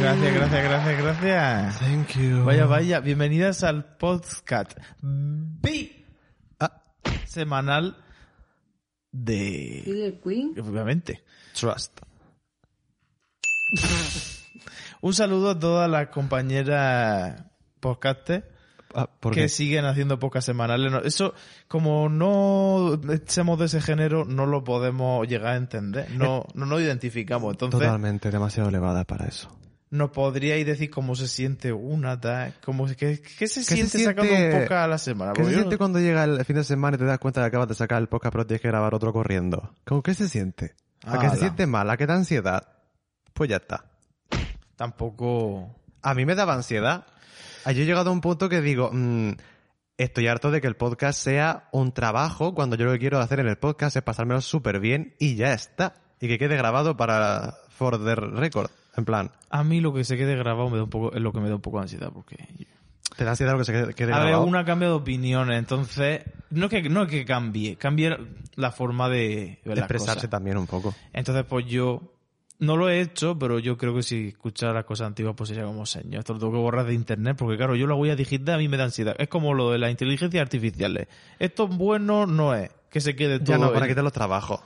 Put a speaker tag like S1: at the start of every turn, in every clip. S1: Gracias, gracias, gracias, gracias.
S2: Thank you.
S1: Vaya, vaya, bienvenidas al podcast B
S2: Ah.
S1: semanal de...
S3: Killer Queen.
S1: Obviamente.
S2: Trust.
S1: Un saludo a todas las compañeras podcasters
S2: Ah, ¿por
S1: que
S2: qué?
S1: siguen haciendo pocas semanales. No, Eso, como no seamos de ese género, no lo podemos llegar a entender. No,
S2: Eh.
S1: no nos identificamos. Entonces,
S2: Totalmente, demasiado elevada para eso.
S1: nos podríais decir cómo se siente una, tal, cómo, qué, qué se
S2: se
S1: siente
S2: siente-
S1: sacando un poco a la semana.
S2: ¿Qué
S1: Porque
S2: se
S1: yo
S2: siente
S1: no-
S2: cuando llega el fin de semana y te das cuenta que acabas de sacar el podcast pero tienes que grabar otro corriendo? ¿Cómo que se siente? ¿A qué
S1: Ala.
S2: se siente mal? ¿A qué da ansiedad? Pues ya está.
S1: Tampoco...
S2: A mí me daba ansiedad. Ah, Yo he llegado a un punto que digo, mm, estoy harto de que el podcast sea un trabajo cuando yo lo que quiero hacer en el podcast es pasármelo súper bien y ya está. Y que quede grabado para For the Record. En plan,
S1: A mí lo que se quede grabado me da un poco, es lo que me da un poco de ansiedad, porque...
S2: te da ansiedad lo que se quede, quede
S1: A ver,
S2: grabado.
S1: una cambia de opiniones, entonces... No es que, no es que cambie, cambie la forma de... ver las
S2: Expresarse
S1: cosas.
S2: también un poco.
S1: Entonces, pues yo... No lo he hecho, pero yo creo que si escuchara las cosas antiguas, pues sería como señor. Esto lo tengo que borrar de internet, porque claro, yo la huella digital a mí me da ansiedad. Es como lo de las inteligencias artificiales. Esto bueno no es que se quede todo.
S2: Ya no, para
S1: en-
S2: quitar los trabajos.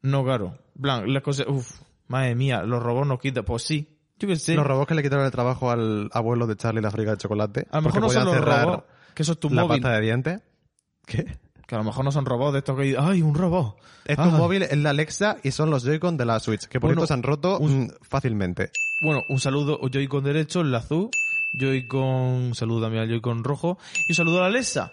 S1: No, claro. Blanc, las cosas. Uf, madre mía, los robots nos quitan. Pues sí. Yo qué sé.
S2: Los robots que le quitaron el trabajo al abuelo de Charlie y la fábrica de chocolate.
S1: a lo mejor
S2: porque
S1: no son
S2: podían
S1: los
S2: cerrar
S1: robots. Que eso es tu
S2: la
S1: móvil.
S2: pasta de dientes. ¿Qué?
S1: Que a lo mejor no son robots de estos que. ¡Ay, un robot!
S2: Es tu
S1: Ah.
S2: móvil, es la Alexa y son los Joy-Con de la Switch, que por
S1: Bueno,
S2: cierto se han roto
S1: un-
S2: mm, fácilmente.
S1: Bueno, un saludo. Joy con derecho, el azul. Joy con. Saludo también al Joy con rojo. Y un saludo a la Lesa.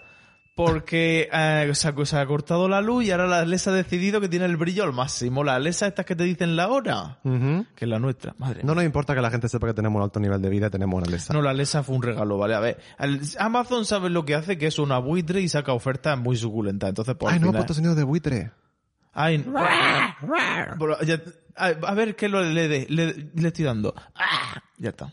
S1: Porque eh, se, ha, se ha cortado la luz y ahora la Lesa ha decidido que tiene el brillo al máximo. La Lesa, estas que te dicen la hora.
S2: Ujú.
S1: Que es la nuestra. Madre
S2: No nos importa que la gente sepa que tenemos un alto nivel de vida y tenemos una Alexa.
S1: No, la Lesa fue un regalo, ¿vale? A ver, al- Amazon sabe lo que hace, que es una buitre y saca ofertas muy suculentas. Entonces, pues, por eh.
S2: Ay, no, puesto sonido de buitre.
S1: Ay, no. Bueno, ya- a, a ver qué lo le, de- le, le estoy dando. Ah, Ya está.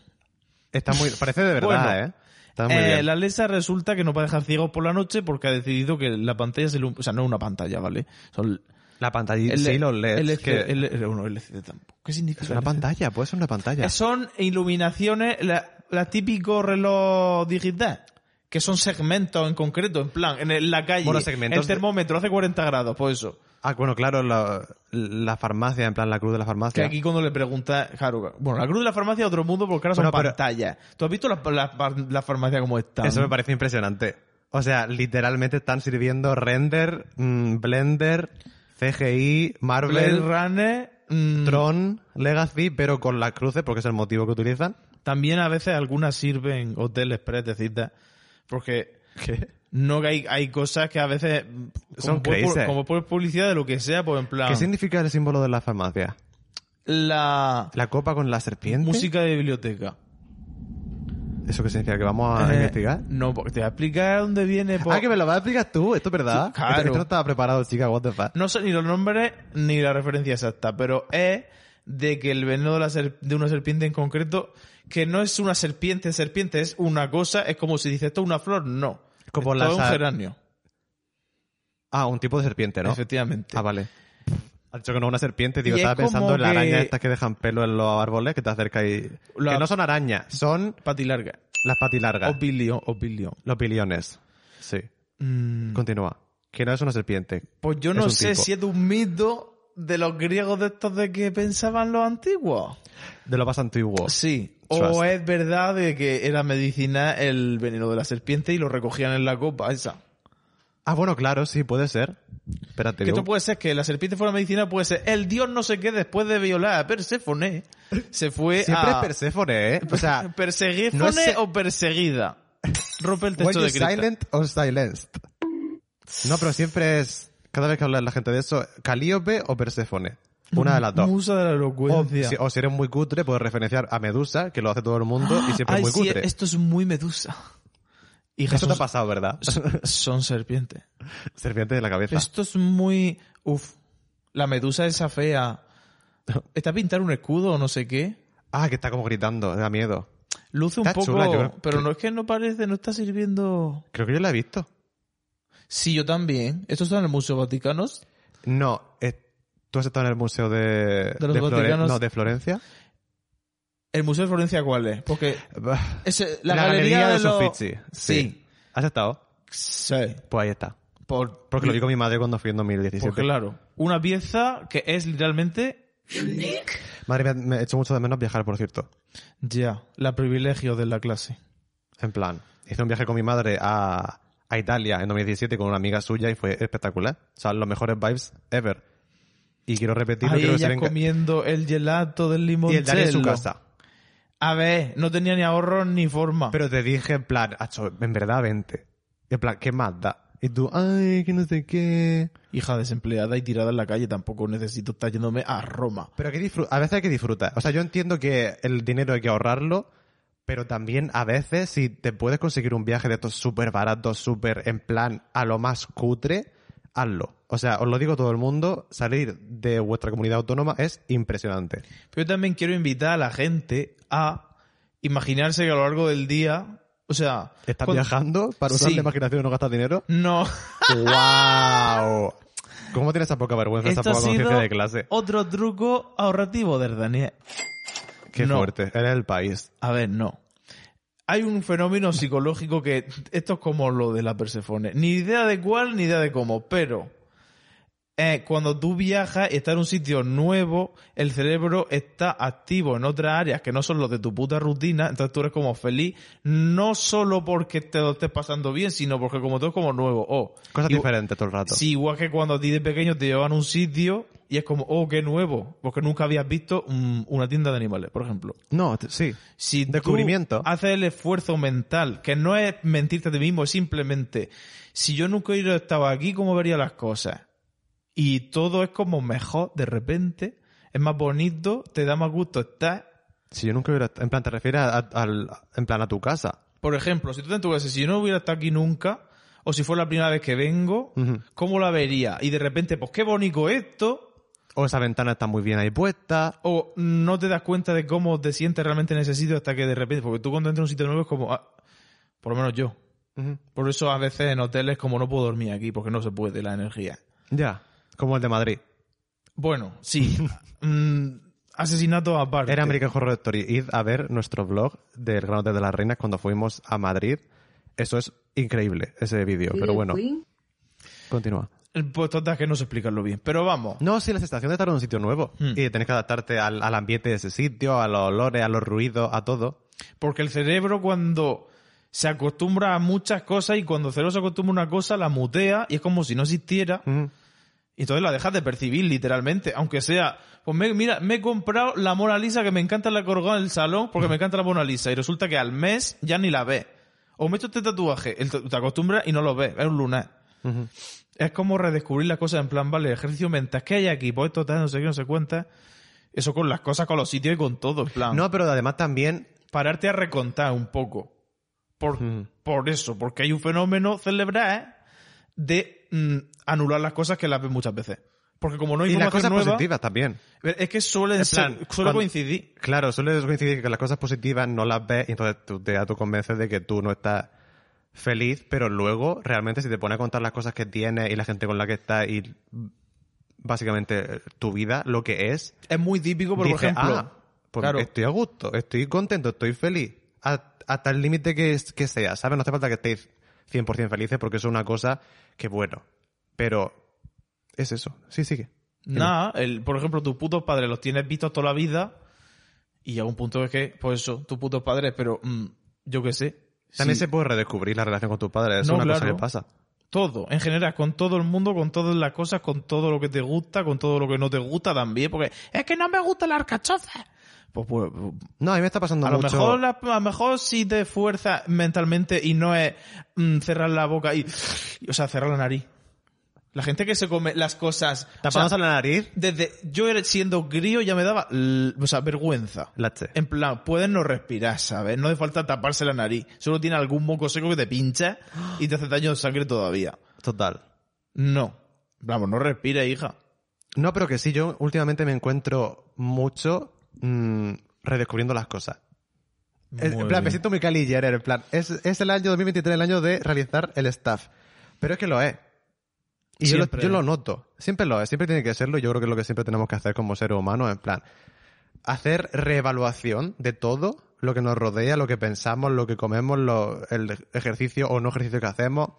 S2: Está muy, parece de verdad,
S1: Bueno.
S2: ¿eh? Está muy
S1: Eh,
S2: bien.
S1: la Lesa resulta que no va a dejar ciegos por la noche porque ha decidido que la pantalla se ilum- O sea, no es una pantalla, ¿vale? Son
S2: La pantalla,
S1: e-
S2: sí, los LEDs.
S1: LC
S2: que-
S1: L- no, LCD tampoco. ¿Qué significa?
S2: es una
S1: LCD?
S2: pantalla, puede ser una pantalla.
S1: Eh, Son iluminaciones, la, la típico reloj digital, que son segmentos en concreto, en plan, en el- la calle,
S2: Bueno, segmentos
S1: el
S2: de-
S1: termómetro hace 40 grados, por eso.
S2: Ah, bueno, claro, la, la farmacia, en plan la cruz de la
S1: Que
S2: farmacia.
S1: aquí cuando le pregunta, claro, bueno, la cruz de la farmacia es otro mundo porque ahora son
S2: Bueno, pero-
S1: pantallas. ¿Tú has visto la, la- la farmacia como está?
S2: Eso me parece impresionante. O sea, literalmente están sirviendo render, mm, Blender, CGI,
S1: Blade
S2: Marvel,
S1: Runner, mm,
S2: Tron, Legacy, pero con las cruces porque es el motivo que utilizan.
S1: también a veces algunas sirven hoteles pretecitas, porque
S2: ¿Qué?
S1: no hay, hay cosas que a veces mm,
S2: Son
S1: como por-
S2: crazy.
S1: como por publicidad de lo que sea, pues en plan
S2: ¿Qué significa el símbolo de la farmacia?
S1: la
S2: ¿La copa con la serpiente?
S1: música de biblioteca.
S2: ¿Eso qué significa? ¿Que vamos a
S1: Eh,
S2: Ah, investigar?
S1: No, porque te voy a explicar dónde viene. pues, po-
S2: Ah, que me lo vas a explicar tú. Esto es verdad.
S1: Sí, claro.
S2: Esto, esto no estaba preparado, chica. What the fuck.
S1: No sé ni los nombres ni la referencia exacta, pero es de que el veneno de, la ser- de una serpiente en concreto, que no es una serpiente, serpiente, es una cosa, es como si dices esto es una flor, no.
S2: Como
S1: Esto
S2: la
S1: es un
S2: sa-
S1: geranio,
S2: Ah, un tipo de serpiente, ¿no?
S1: efectivamente.
S2: Ah, vale. Ha dicho que no es una serpiente, digo,
S1: Y es
S2: estaba pensando
S1: como
S2: en la
S1: que-
S2: araña estas que dejan pelo en los árboles que te acerca y...
S1: La-
S2: Que no son arañas, son
S1: Patilarga.
S2: las patilargas.
S1: Obilio, obilio.
S2: Los biliones. Sí.
S1: Mm,
S2: Continúa. Que no es una serpiente.
S1: Pues yo
S2: Es
S1: no
S2: un
S1: sé
S2: tipo.
S1: si es de un mito de los griegos de estos de que pensaban los antiguos.
S2: De lo más antiguo.
S1: Sí.
S2: Oh, Trust.
S1: O es verdad de que era medicina el veneno de la serpiente y lo recogían en la copa esa.
S2: Ah, bueno, claro, sí, puede ser. Espérate.
S1: Que
S2: digo-
S1: esto puede ser que la serpiente fuera medicina, puede ser el dios no sé qué después de violar a Perséfone. Se fue
S2: Siempre
S1: a...
S2: es Perséfone, ¿eh? O sea,
S1: ¿Perseguífone
S2: no es se-
S1: o perseguida? Rompe el
S2: were
S1: texto
S2: you
S1: de cristal.
S2: silent or silenced? No, pero siempre es... Cada vez que habla la gente de eso, Calíope o Perséfone. Una de las dos. Oh,
S1: Musa de la
S2: O
S1: elocuencia.
S2: si, o si eres muy cutre, puedes referenciar a Medusa, que lo hace todo el mundo oh, y siempre
S1: Ay,
S2: es muy
S1: sí,
S2: cutre.
S1: esto es muy medusa. Hija,
S2: Eso te ha
S1: son-
S2: pasado, ¿verdad?
S1: Son serpientes.
S2: Serpiente de la cabeza.
S1: Esto es muy... Uf. La medusa esa fea. ¿Está a pintar un escudo o no sé qué?
S2: Ah, que está como gritando, da miedo.
S1: Luce un
S2: Está
S1: poco,
S2: chula, yo creo-
S1: pero no es que no parece, no está sirviendo.
S2: Creo que yo la he visto.
S1: Sí, yo también. Esto está en el Museo Vaticanos.
S2: No, eh, tú has estado en el Museo de,
S1: De los
S2: Flore-
S1: Vaticanos.
S2: no, de Florencia.
S1: ¿El Museo de Florencia cuál es? Porque
S2: Bah,
S1: ese- la, galería, de, los...
S2: Uffizi. Sí.
S1: Sí.
S2: ¿Has estado?
S1: Sí.
S2: Pues ahí está.
S1: Por,
S2: Porque lo vi con mi madre cuando fui en
S1: por
S2: 2017.
S1: claro. Una pieza que es literalmente
S2: Madre mía, me he hecho mucho de menos viajar, por cierto.
S1: ya la privilegio de la clase.
S2: En plan, hice un viaje con mi madre a, a Italia en 2017 con una amiga suya y fue espectacular. O sea, los mejores vibes ever. Y quiero repetirlo,
S1: Ahí
S2: quiero
S1: ella
S2: en ca-
S1: comiendo el gelato del
S2: Y el Dani en su
S1: limoncello.
S2: casa.
S1: A ver, no tenía ni ahorros ni forma.
S2: Pero te dije en plan, "Acho, en verdad, vente. Y En plan, ¿qué más da? Y tú, ay, que no sé qué.
S1: Hija desempleada y tirada en la calle, tampoco necesito estar yéndome a Roma.
S2: Pero que disfru- a veces hay que disfrutar. O sea, yo entiendo que el dinero hay que ahorrarlo, pero también a veces si te puedes conseguir un viaje de estos súper baratos, súper en plan a lo más cutre, hazlo. O sea, os lo digo a todo el mundo, salir de vuestra comunidad autónoma es impresionante.
S1: Pero yo también quiero invitar a la gente a imaginarse que a lo largo del día, o sea,
S2: ¿Estás
S1: cuando-
S2: viajando para usar
S1: Sí.
S2: la imaginación y no gastar dinero?
S1: No,
S2: ¡Wow! ¿Cómo tienes esa poca vergüenza, esa
S1: esto ha
S2: poca conciencia
S1: sido
S2: de clase?
S1: otro truco ahorrativo de Daniel.
S2: Qué
S1: no.
S2: fuerte, eres el país.
S1: A ver, no. Hay un fenómeno psicológico que esto es como lo de la Persefone. Ni idea de cuál, ni idea de cómo, pero eh, cuando tú viajas y estás en un sitio nuevo, el cerebro está activo en otras áreas que no son los de tu puta rutina, entonces tú eres como feliz, no solo porque te lo estés pasando bien, sino porque como todo es como nuevo. Oh,
S2: Cosas
S1: igual-
S2: diferentes todo el rato.
S1: Sí, igual que cuando a ti de pequeño te llevan a un sitio y es como, oh, qué nuevo, porque nunca habías visto mm, una tienda de animales, por ejemplo.
S2: No, t- sí.
S1: Si tú
S2: Descubrimiento.
S1: haces el esfuerzo mental, que no es mentirte a ti mismo, es simplemente, si yo nunca hubiera estado aquí, ¿cómo vería las cosas? Y todo es como mejor de repente, es más bonito, te da más gusto estar.
S2: Si yo nunca hubiera... En plan, te refieres a- a- al, en plan a tu casa.
S1: Por ejemplo, si tú te entuvieses, si yo no hubiera estado aquí nunca, o si fuera la primera vez que vengo,
S2: Ujú.
S1: ¿cómo la vería? Y de repente, pues qué bonito esto,
S2: O esa ventana está muy bien ahí puesta.
S1: o no te das cuenta de cómo te sientes realmente en ese sitio hasta que de repente, porque tú cuando entras en un sitio nuevo es como, ah, por lo menos yo, Por eso a veces en hoteles como no puedo dormir aquí porque no se puede la energía.
S2: Ya. Como el de Madrid.
S1: Bueno, sí. mm, asesinato aparte.
S2: Era American Horror Story. Id a ver nuestro blog del Gran Hotel de las Reinas cuando fuimos a Madrid. Eso es increíble, ese vídeo. Pero bueno, continúa.
S1: Pues total que no se explicarlo bien. Pero vamos.
S2: No, sí, la sensación de estar en un sitio nuevo.
S1: Hmm.
S2: Y tenés que adaptarte al, al ambiente de ese sitio, a los olores, a los ruidos, a todo.
S1: Porque el cerebro cuando se acostumbra a muchas cosas y cuando el cerebro se acostumbra a una cosa la mutea y es como si no existiera.
S2: Ujú.
S1: Y entonces la dejas de percibir literalmente. Aunque sea, pues me- mira, me he comprado la Mona Lisa que me encanta la colgada en el salón porque me encanta la Mona Lisa y resulta que al mes ya ni la ves. O me he hecho este tatuaje, el- te acostumbras y no lo ves, es un lunar.
S2: Ujú.
S1: Es como redescubrir las cosas en plan, vale, ejercicio mental, ¿qué hay aquí? Pues total, no sé qué, no sé cuenta. Eso con las cosas, con los sitios y con todo, en plan.
S2: No, pero además también...
S1: Pararte a recontar un poco. Por,
S2: Mm.
S1: por eso, porque hay un fenómeno celebrar de mm, anular las cosas que las ves muchas veces. Porque como no hay
S2: Y las
S1: información
S2: cosas
S1: nueva,
S2: positivas también.
S1: es que suelen
S2: En
S1: ser-
S2: plan,
S1: suele
S2: cuando-
S1: coincidir.
S2: Claro, suele coincidir que las cosas positivas no las ves y entonces tú te autoconvences de que tú no estás feliz, pero luego realmente si te pones a contar las cosas que tienes y la gente con la que estás y básicamente tu vida, lo que es,
S1: Es muy típico, pero por
S2: dices,
S1: ejemplo,
S2: "Ah, pues
S1: claro.
S2: estoy a gusto, estoy contento, estoy feliz, a- hasta el límite que, es- que sea, ¿sabes? No hace falta que estéis 100% felices porque eso es una cosa que bueno, pero es eso, sí, sigue.
S1: Nada, el, por ejemplo, tus putos padres los tienes vistos toda la vida y llega un punto es que, pues eso, tus putos padres, pero mm, yo qué sé.
S2: También
S1: Sí,
S2: se puede redescubrir la relación con tus padres, es
S1: No,
S2: una cosa
S1: claro.
S2: que pasa.
S1: Todo, en general, con todo el mundo, con todas las cosas, con todo lo que te gusta, con todo lo que no te gusta también, porque es que no me gusta la alcachofa. Pues, pues,
S2: No, a mí me está pasando
S1: a, lo
S2: mucho.
S1: mejor, la- a lo mejor si te esfuerzas mentalmente y no es mm, cerrar la boca y, o sea, cerrar la nariz. La gente que se come las cosas... o sea,
S2: Tapándose la nariz.
S1: desde yo era- siendo crío ya me daba l- o sea, vergüenza.
S2: La che.
S1: En plan, puedes no respirar, ¿sabes? No hace falta taparse la nariz. Solo tiene algún moco seco que te pincha y te hace daño de sangre todavía.
S2: Total.
S1: No. Vamos, no respira, hija.
S2: No, pero que sí, yo últimamente me encuentro mucho mm, redescubriendo las cosas. En
S1: Muy
S2: plan, me
S1: bien.
S2: siento muy Kylie Jenner, en plan, es, es el año 2023, el año de realizar el staff. Pero es que lo es. Y yo lo,
S1: Siempre.
S2: yo lo noto. Siempre lo es, siempre tiene que serlo. y Yo creo que es lo que siempre tenemos que hacer como seres humanos, en plan, hacer reevaluación de todo lo que nos rodea, lo que pensamos, lo que comemos, lo- el ejercicio o no ejercicio que hacemos,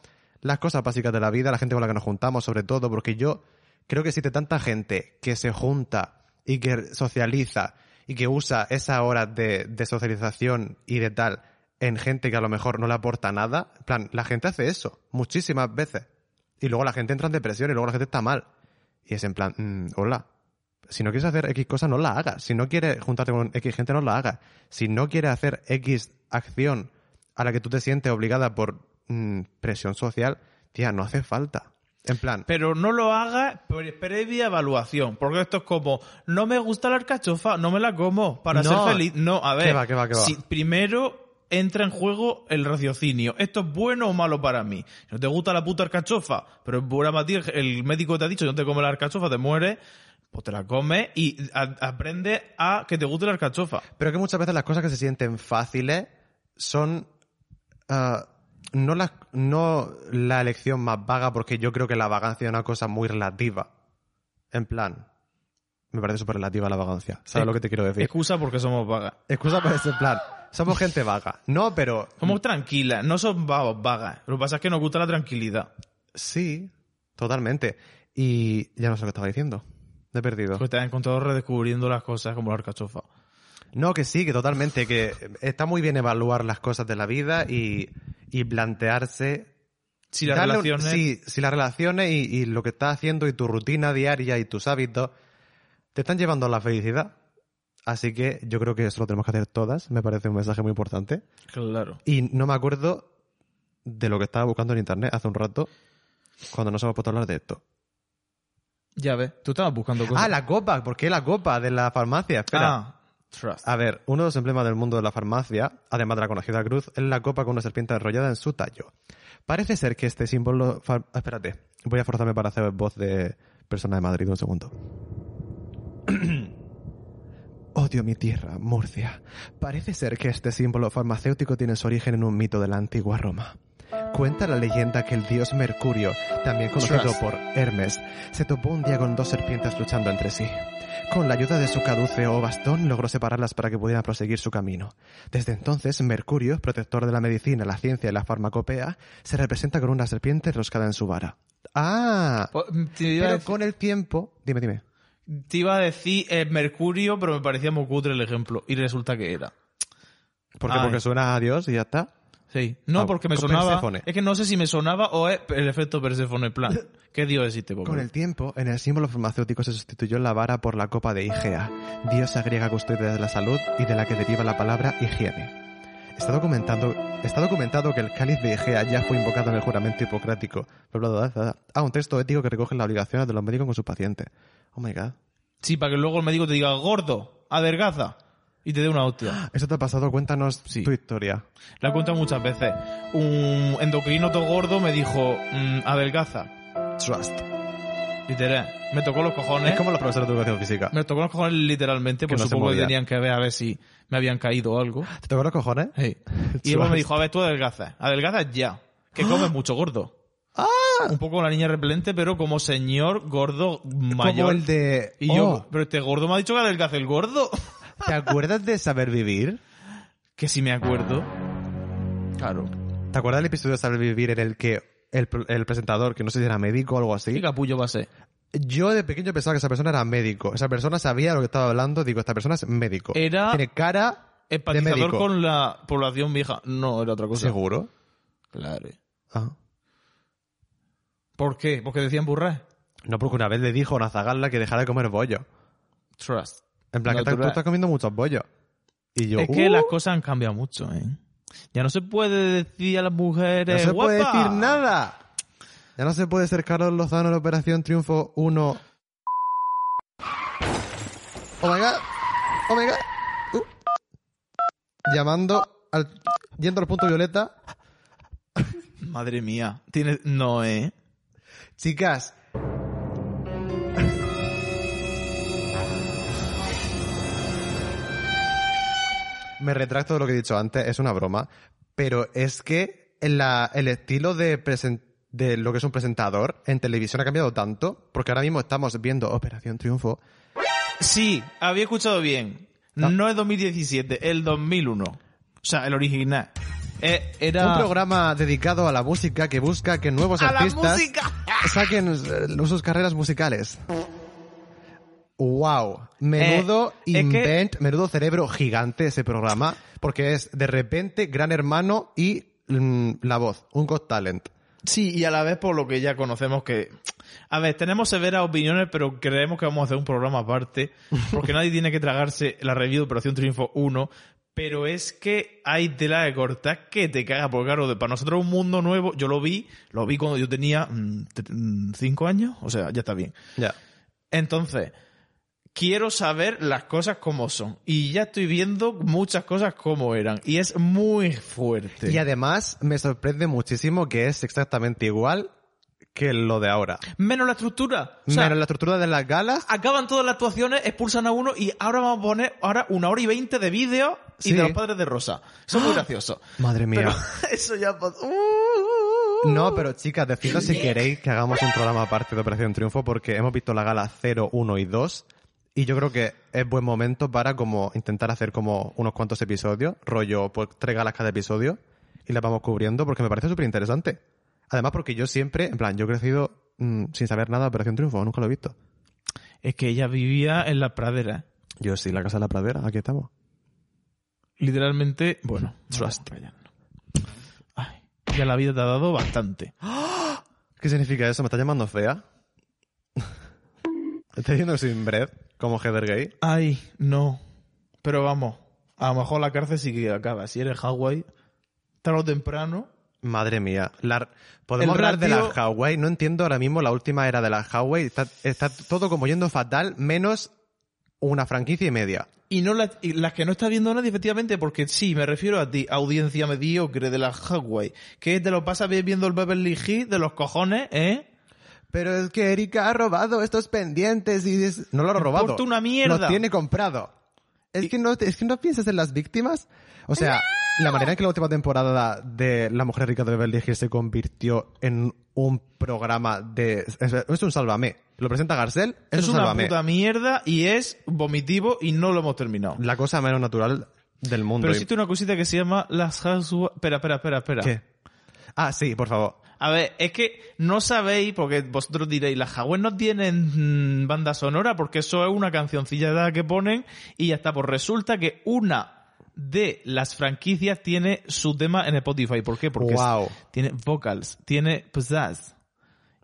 S2: las cosas básicas de la vida, la gente con la que nos juntamos, sobre todo, porque yo creo que existe tanta gente que se junta y que socializa y que usa esa hora de, de socialización y de tal en gente que a lo mejor no le aporta nada. En plan, la gente hace eso muchísimas veces. Y luego la gente entra en depresión y luego la gente está mal. Y es en plan, mm, hola, si no quieres hacer X cosa, no la hagas. Si no quieres juntarte con X gente, no la hagas. Si no quieres hacer X acción a la que tú te sientes obligada por mm, presión social, tía, no hace falta. En plan,
S1: Pero no lo haga pre- previa evaluación, porque esto es como, no me gusta la alcachofa, no me la como para
S2: No.
S1: ser feliz. No, a ver,
S2: ¿Qué va, qué va, qué va?
S1: si primero entra en juego el raciocinio, ¿esto es bueno o malo para mí? Si no te gusta la puta alcachofa, pero es buena para ti, el médico te ha dicho, no te comes la alcachofa, te mueres, pues te la comes y a- aprende a que te guste la alcachofa.
S2: pero que muchas veces las cosas que se sienten fáciles son ah, no, la, no la elección más vaga, porque yo creo que la vagancia es una cosa muy relativa. En plan, me parece súper relativa la vagancia. ¿Sabes
S1: Sí.
S2: lo que te quiero decir?
S1: Excusa porque somos vagas.
S2: Excusa por ese plan. Somos gente vaga. No, pero
S1: Somos tranquilas, no somos va- vagas. Lo que pasa es que nos gusta la tranquilidad.
S2: Sí, totalmente. Y ya no sé lo que estaba diciendo. Me he perdido.
S1: Porque te has encontrado redescubriendo las cosas como la alcachofa.
S2: No, que sí, que totalmente. Que está muy bien evaluar las cosas de la vida y, y plantearse.
S1: Si las
S2: darle un-
S1: relaciones...
S2: sí, si las relaciones y, y lo que estás haciendo y tu rutina diaria y tus hábitos te están llevando a la felicidad. Así que yo creo que eso lo tenemos que hacer todas. Me parece un mensaje muy importante.
S1: Claro.
S2: Y no me acuerdo de lo que estaba buscando en internet hace un rato cuando nos hemos puesto a hablar de esto.
S1: Ya ves, tú estabas buscando cosas.
S2: Ah, la copa. ¿Por qué la copa de la farmacia? Espera.
S1: Pues Ah, trust.
S2: A ver, uno de los emblemas del mundo de la farmacia, además de la conocida cruz, es la copa con una serpiente enrollada en su tallo. Parece ser que este símbolo... far- ah, Espérate, voy a forzarme para hacer voz de persona de Madrid, un segundo. Odio mi tierra, Murcia. Parece ser que este símbolo farmacéutico tiene su origen en un mito de la antigua Roma. Cuenta la leyenda que el dios Mercurio, también conocido
S1: Trust.
S2: por Hermes, se topó un día con dos serpientes luchando entre sí. Con la ayuda de su caduce o bastón logró separarlas para que pudieran proseguir su camino. Desde entonces, Mercurio, protector de la medicina, la ciencia y la farmacopea, se representa con una serpiente roscada en su vara. Ah,
S1: Pues, mm, Te iba, a
S2: pero
S1: dec-
S2: con el tiempo, dime, dime.
S1: te iba a decir eh, Mercurio, pero me parecía muy cutre el ejemplo. Y resulta que era.
S2: ¿Por qué?
S1: Ay.
S2: Porque suena a Dios y ya está.
S1: Sí. No,
S2: Ah,
S1: porque me
S2: con
S1: sonaba.
S2: Perséfone.
S1: Es que no sé si me sonaba o es el efecto Perséfone en plan. ¿Qué dios existe, poco?
S2: Con el tiempo, en el símbolo farmacéutico se sustituyó la vara por la copa de Igea, diosa griega custodia de la salud y de la que deriva la palabra higiene. Está documentado, está documentado que el cáliz de Igea ya fue invocado en el juramento hipocrático. Bla, bla, bla, bla, bla. Ah, un texto ético que recoge las obligaciones de los médicos con sus pacientes. Oh my god.
S1: Sí, para que luego el médico te diga, gordo, adelgaza. Y te dé una hostia.
S2: ¿Esto te ha pasado? Cuéntanos
S1: Sí.
S2: tu historia.
S1: La he contado muchas veces. Un endocrino todo gordo me dijo, mm, adelgaza.
S2: Trust.
S1: Literal. Me tocó los cojones.
S2: Es como los profesores de educación física.
S1: Me tocó los cojones literalmente,
S2: Que
S1: pues
S2: no se
S1: supongo que
S2: movía.
S1: tenían que ver a ver si me habían caído o algo.
S2: ¿Te tocó los cojones?
S1: Sí. Y luego
S2: Trust.
S1: me dijo, a ver, tú adelgazas. Adelgazas ya.
S2: ¡Ah!
S1: Que comes mucho gordo. Un poco la niña repelente, pero como señor gordo
S2: Como
S1: mayor.
S2: el de...
S1: Y
S2: Oh,
S1: yo, pero este gordo me ha dicho que adelgace el gordo.
S2: ¿Te acuerdas de Saber Vivir?
S1: que si me acuerdo. Claro.
S2: ¿Te acuerdas del episodio de Saber Vivir en el que el, pr- el presentador, que no sé si era médico o algo
S1: ¿Qué
S2: así,
S1: capullo va a ser?
S2: yo de pequeño pensaba que esa persona era médico. Esa persona sabía lo que estaba hablando. Digo, esta persona es médico.
S1: Era
S2: Tiene cara de
S1: empatizador
S2: médico.
S1: con la población vieja. No, era otra cosa.
S2: ¿Seguro?
S1: Claro.
S2: Ah.
S1: ¿Por qué? Porque decían burra.
S2: No, porque una vez le dijo a una zagarla que dejara de comer bollos.
S1: Trust.
S2: En plan, que tal- tú
S1: Natural.
S2: estás comiendo muchos bollos. Y yo,
S1: Es que
S2: "Uh,
S1: las cosas han cambiado mucho, ¿eh? Ya no se puede decir a las mujeres.
S2: no se puede
S1: "Guapa".
S2: decir nada. Ya no se puede ser Carlos Lozano en Operación Triunfo 1. Oh my god. Oh my god. Uh. Llamando al. Yendo al punto violeta.
S1: Madre mía. Tiene... No, ¿eh?
S2: Chicas. me retracto de lo que he dicho antes, es una broma, pero es que la- el estilo de, presen- de lo que es un presentador en televisión ha cambiado tanto, porque ahora mismo estamos viendo Operación Triunfo.
S1: Sí, había escuchado bien.
S2: No.
S1: No, es 2017, el 2001. O sea, el original. Eh, era...
S2: Un programa dedicado a la música que busca que nuevos
S1: ¡A la
S2: artistas
S1: música!
S2: saquen eh, sus carreras musicales. Wow, menudo
S1: Eh, es que-
S2: invent, menudo cerebro gigante ese programa, porque es de repente Gran Hermano y mm, La Voz, un Got Talent.
S1: Sí, y a la vez por lo que ya conocemos que... A ver, tenemos severas opiniones, pero creemos que vamos a hacer un programa aparte, porque nadie tiene que tragarse la review de Operación Triunfo 1, pero es que hay tela de cortar que te caga, porque claro, de- para nosotros un mundo nuevo, yo lo vi, lo vi cuando yo tenía mm, 5 años, o sea, ya está bien.
S2: Ya.
S1: Entonces, quiero saber las cosas como son, y ya estoy viendo muchas cosas como eran, y es muy fuerte.
S2: Y además me sorprende muchísimo que es exactamente igual que lo de ahora.
S1: Menos la estructura. O sea, ah,
S2: Menos la estructura de las galas.
S1: acaban todas las actuaciones, expulsan a uno y ahora vamos a poner ahora una hora y veinte de vídeo y
S2: Sí.
S1: de los padres de Rosa. Son muy graciosos.
S2: Madre mía.
S1: Pero eso ya... po- Uh.
S2: No, pero chicas, decidnos si queréis que hagamos un programa aparte de Operación Triunfo porque hemos visto la gala 0, 1 y 2 y yo creo que es buen momento para como intentar hacer como unos cuantos episodios, rollo pues tres galas cada episodio y las vamos cubriendo porque me parece súper interesante. Además porque yo siempre, en plan, yo he crecido mm, sin saber nada de Operación Triunfo, nunca lo he visto.
S1: Es que ella vivía en la pradera.
S2: Yo sí, la Casa de la Pradera, aquí estamos.
S1: Literalmente, bueno, trust. Ay, ya la vida te ha dado bastante.
S2: ¿Qué significa eso? ¿Me está llamando fea? ¿Estás diciendo sin bread como Heather Gay?
S1: Ay, no. Pero vamos, a lo mejor la cárcel sí que acaba. Si eres Hawái, tarde o temprano...
S2: Madre mía. La- Podemos
S1: El
S2: hablar de
S1: ratio-
S2: las Huawei. No entiendo ahora mismo la última era de las Huawei. Está, está todo como yendo fatal, menos una franquicia y media.
S1: Y no las, y las que no está viendo nadie, efectivamente, porque sí, me refiero a ti, audiencia mediocre de la Hawaii, que te lo pasas bien viendo el Beverly Hills de los cojones, ¿eh?
S2: Pero es que Erika ha robado estos pendientes y es- no lo ha robado.
S1: importa una mierda.
S2: Los tiene comprado. Es que no, es que no piensas en las víctimas. O sea, la manera en que la última temporada de La Mujer Rica de Beverly Hills se convirtió en un programa de es, es un sálvame. Lo presenta Garcel, es,
S1: es
S2: un
S1: una
S2: sálvame.
S1: puta mierda y es vomitivo y no lo hemos terminado.
S2: La cosa menos natural del mundo.
S1: Pero
S2: Y-
S1: existe una cosita que se llama las Hawaii... Espera, espera, espera, espera.
S2: ¿Qué? Ah, sí, por favor.
S1: A ver, es que no sabéis, porque vosotros diréis, las Hawaii no tienen mm, banda sonora, porque eso es una cancioncilla que ponen y ya está. Pues resulta que una de las franquicias tiene su tema en Spotify. ¿Por qué? Porque
S2: wow.
S1: tiene vocals, tiene pizzazz.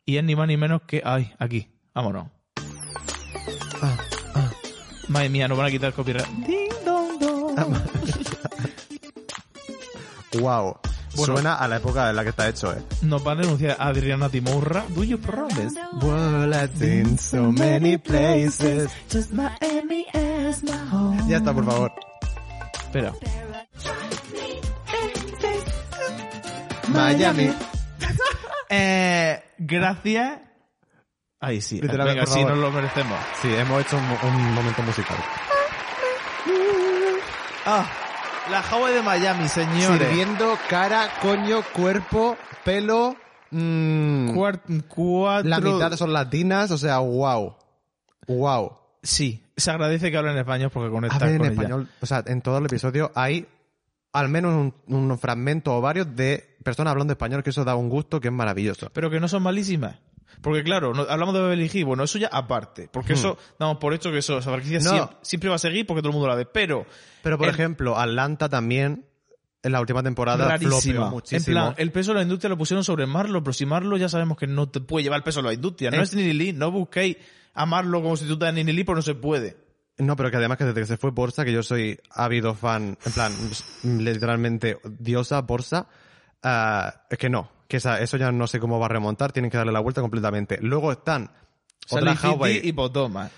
S1: Y es ni más ni menos que... Ay, aquí. Vámonos.
S2: Ah, ah.
S1: Madre mía, nos van a quitar el copyright. Ding, dong, dong.
S2: Wow.
S1: Bueno.
S2: Suena a la época en la que está hecho, eh.
S1: Nos van a denunciar a Adriana Timurra. Do you promise?
S2: in so many places.
S3: Just Miami as my home.
S2: Ya está, por favor.
S1: Espera.
S2: Miami.
S1: Eh, gracias. Ahí sí.
S2: Literal,
S1: Venga,
S2: por
S1: sí,
S2: favor.
S1: nos lo merecemos.
S2: Sí, hemos hecho un, un momento musical.
S1: Ah, la Hawaii de Miami, señores.
S2: Sirviendo cara, coño, cuerpo, pelo. mm,
S1: Cuart- cuatro...
S2: la mitad son latinas, o sea, wow. Wow.
S1: Sí, se agradece que hablen en español porque conectan
S2: Hablen en
S1: con ella.
S2: español, o sea, en todo el episodio hay al menos un, un fragmento o varios de personas hablando español que eso da un gusto que es maravilloso.
S1: Pero que no son malísimas. Porque claro, no- hablamos de Beverly Hills, bueno, eso ya aparte. Porque eso, damos por hecho que eso, esa franquicia
S2: Hmm. No.
S1: siem- siempre, va a seguir porque todo el mundo la ve. Pero,
S2: Pero por
S1: El-
S2: ejemplo, Atlanta también en la última temporada flopeó
S1: rarísima. En
S2: muchísimo.
S1: plan, el peso de la industria lo pusieron sobre Marlo, pero si Marlo ya sabemos que no te puede llevar el peso de la industria. No
S2: Eh.
S1: es Nini Lee, no busquéis a Marlo como sustituta de Nini Lee, porque no se puede.
S2: No, pero que además que desde que se fue Borsa, que yo soy ávido fan, en plan, literalmente diosa Borsa, ah, es que no, que esa- eso ya no sé cómo va a remontar, tienen que darle la vuelta completamente. Luego están
S1: Sally
S2: otra
S1: City
S2: Hawaii
S1: y Potoma.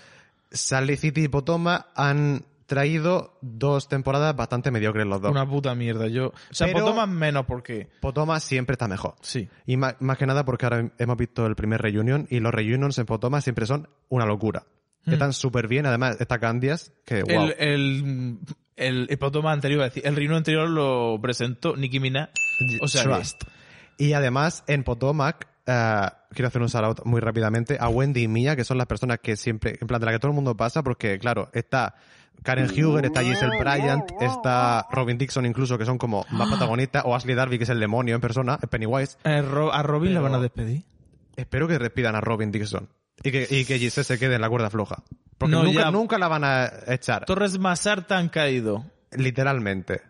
S2: Sally City y Potoma han traído dos temporadas bastante mediocres los dos.
S1: Una puta mierda. Yo, o sea,
S2: Pero-
S1: Potoma menos porque...
S2: Potoma siempre está mejor.
S1: Sí.
S2: Y ma- más, que nada porque ahora hemos visto el primer reunion y los reunions en Potoma siempre son una locura. que están súper bien. Además, está Candias, que wow.
S1: Hmm. El, el, el, el plato más anterior, iba a decir, el reino anterior lo presentó Nicki Minaj. O sea, que-
S2: Trust. Y además, en Potomac, eh, quiero hacer un shout out muy rápidamente a Wendy y Mia, que son las personas que siempre, en plan, de la que todo el mundo pasa, porque, claro, está Karen Huger, está Giselle Bryant, está Robin Dixon, incluso, que son como más protagonistas, o Ashley Darby, que es el demonio en persona, es Pennywise.
S1: eh, Ro- a Robin la
S2: Pero-
S1: van a despedir.
S2: Espero que respidan a Robin Dixon y que, y que Giselle se quede en la cuerda floja. Porque
S1: No,
S2: nunca,
S1: ya.
S2: nunca la van a echar,
S1: Torres Mazarta han caído.
S2: literalmente.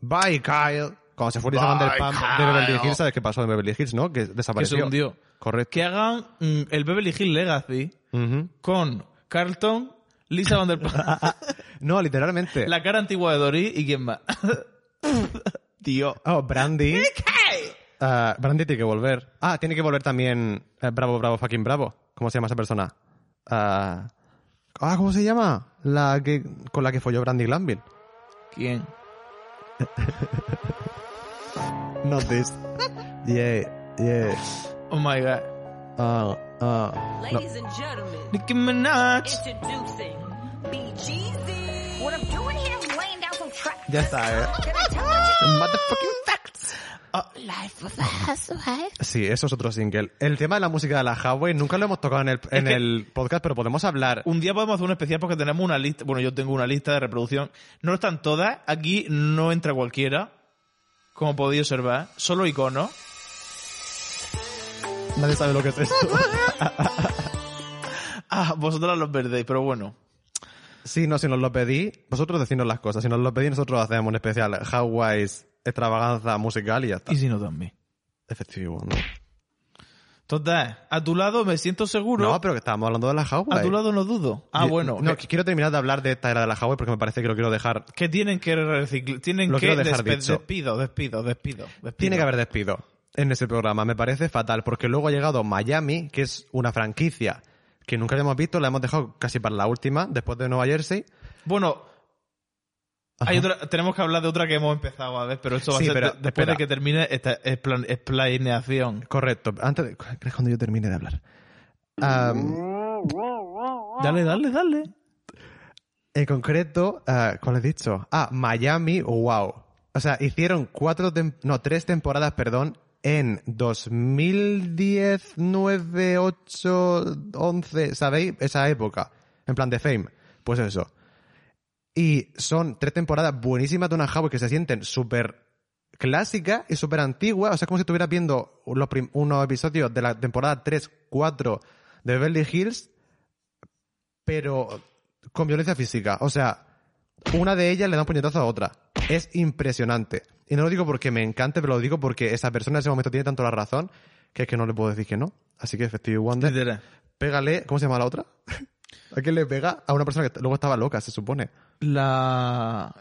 S2: Bye, Kyle. Cuando se fue Lisa Van Der Pam de Beverly Hills, ¿sabes qué pasó en Beverly Hills, no? Que
S1: Que se
S2: desapareció.
S1: hundió.
S2: Correcto.
S1: Que hagan mm, el Beverly Hills Legacy
S2: Ujú.
S1: con Carlton, Lisa Van Der Pam,
S2: No, literalmente.
S1: la cara antigua de Dory y quién más. Tío.
S2: Oh, Brandy. Ah, Brandy tiene que volver. Ah, tiene que volver también eh, Bravo, Bravo, fucking Bravo. ¿Cómo se llama esa persona? Ah, ah, ¿cómo se llama? La que con la que folló Brandy Glanville.
S1: ¿Quién?
S2: Not this. Yeah, yeah.
S1: Oh my god.
S2: Ah, ah.
S4: Ladies and gentlemen,
S1: Nicki Minaj.
S4: introducing BGZ. What I'm doing here is laying down some tracks.
S2: Ya está, eh.
S4: Can I tell you?
S2: Motherfucking facts. Sí, eso es otro single. El tema de la música de la Huawei nunca lo hemos tocado en el, en
S1: que-
S2: el podcast, pero podemos hablar.
S1: Un día podemos hacer un especial porque tenemos una lista. Bueno, yo tengo una lista de reproducción. No están todas. Aquí no entra cualquiera. Como podéis observar. Solo iconos.
S2: Nadie sabe lo que es esto.
S1: Ah, vosotras los perdéis, pero bueno.
S2: Sí, no, si nos lo pedí, vosotros decidnos las cosas. Si nos lo pedís, nosotros hacemos un especial Hawaii's extravaganza musical y ya está.
S1: Y si no también.
S2: Efectivo, ¿no?
S1: Total, a tu lado me siento seguro.
S2: No, pero que estábamos hablando de la Hawaii.
S1: a tu lado no dudo. Ah,
S2: Y-
S1: bueno.
S2: No,
S1: que,
S2: que quiero terminar de hablar de esta era de la Hawaii porque me parece que lo quiero dejar.
S1: que tienen que reciclar. Tienen
S2: Lo
S1: que
S2: quiero dejar
S1: despe-
S2: dicho.
S1: despido, despido, despido, despido.
S2: Tiene que haber despido en ese programa. Me parece fatal porque luego ha llegado Miami, que es una franquicia que nunca habíamos visto, la hemos dejado casi para la última, después de Nueva Jersey.
S1: Bueno, hay
S2: Ajá.
S1: otra, tenemos que hablar de otra que hemos empezado a ver, pero esto va
S2: Sí,
S1: a ser
S2: pero
S1: de- después
S2: espera.
S1: de que termine esta esplan- explaneación.
S2: Correcto. Antes de... ¿crees cuando yo termine de hablar. Am,
S1: Dale, dale, dale.
S2: En concreto, eh, ¿cuál he dicho? Ah, Miami, wow. O sea, hicieron cuatro, tem- no, tres temporadas, perdón, en 2010, 9, 8, 11, ¿sabéis? Esa época, en plan de fame. Pues eso. Y son tres temporadas buenísimas de una Howard que se sienten súper clásicas y súper antiguas. O sea, es como si estuvieras viendo los prim- unos episodios de la temporada 3, 4 de Beverly Hills, pero con violencia física. O sea, una de ellas le da un puñetazo a otra. Es impresionante. Y no lo digo porque me encante, pero lo digo porque esa persona en ese momento tiene tanto la razón que es que no le puedo decir que no. Así que Effective Wonder
S1: Literal.
S2: pégale, ¿cómo se llama la otra? ¿A quién le pega? A una persona que luego estaba loca, se supone.
S1: La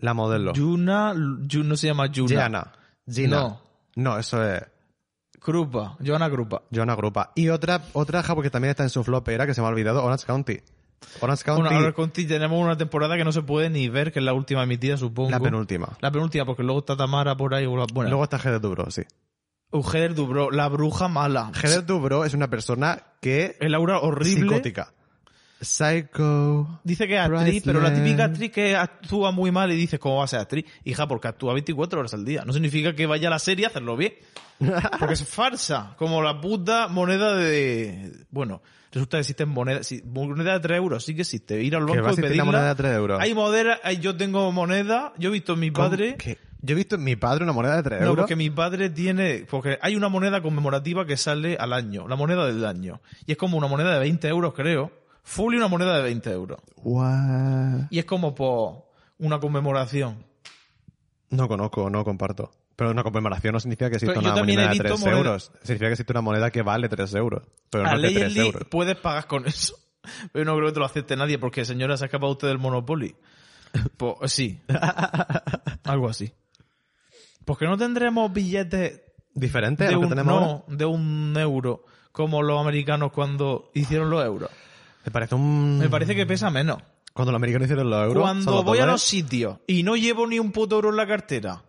S2: La modelo.
S1: Yuna, Yu- no se llama Yuna.
S2: Gianna. Gina.
S1: No.
S2: No, eso es
S1: Grupa, Joana Grupa.
S2: Joana Grupa. Y otra, otra ja, porque también está en su flop era que se me ha olvidado, Orange County. Orange County,
S1: Bueno, ahora con ti tenemos una temporada que no se puede ni ver, que es la última emitida, supongo.
S2: la penúltima.
S1: La penúltima, porque luego está Tamara por ahí. Bueno,
S2: Luego está Heather Dubrow, sí.
S1: Heather Dubrow, la bruja mala.
S2: Heather Dubrow es una persona que
S1: El aura horrible.
S2: psicótica. Psycho.
S1: Dice que es actriz,
S2: Priceland.
S1: pero la típica actriz que actúa muy mal y dices, ¿cómo va a ser actriz? Hija, porque actúa 24 horas al día. No significa que vaya a la serie a hacerlo bien. Porque es farsa. Como la puta moneda de... Bueno, resulta que existen monedas... sí, moneda de 3 euros sí que existe. Ir al
S2: Que va
S1: banco y
S2: a existir la
S1: pedirla.
S2: moneda de 3 euros.
S1: Hay moneda... hay- yo tengo moneda. Yo he visto a mi
S2: ¿Cómo?
S1: padre...
S2: ¿Qué? Yo he visto en mi padre una moneda de 3
S1: No,
S2: euros.
S1: porque mi padre tiene. Porque hay una moneda conmemorativa que sale al año, la moneda del año. Y es como una moneda de 20 euros, creo. Full y una moneda de 20 euros.
S2: What?
S1: Y es como por una conmemoración.
S2: No conozco, no comparto. Pero una conmemoración no significa que exista
S1: Pero yo
S2: una
S1: también
S2: moneda
S1: he
S2: de
S1: visto
S2: 3
S1: moneda-
S2: euros. Significa que existe una moneda que vale 3 euros. Pero
S1: a
S2: no es de 3
S1: Legally
S2: euros.
S1: puedes pagar con eso. Pero yo no creo que te lo acepte nadie porque, señora, se ha escapado usted del Monopoly. Pues sí. Algo así. ¿Por qué no tendremos billetes
S2: ¿Diferente a
S1: de
S2: lo que
S1: un,
S2: tenemos ahora?
S1: no, de un euro como los americanos cuando hicieron los euros?
S2: Me parece un...
S1: Me parece que pesa menos.
S2: Cuando los americanos hicieron los euros... son
S1: Cuando
S2: los
S1: voy a
S2: dólares.
S1: los sitios y no llevo ni un puto euro en la cartera,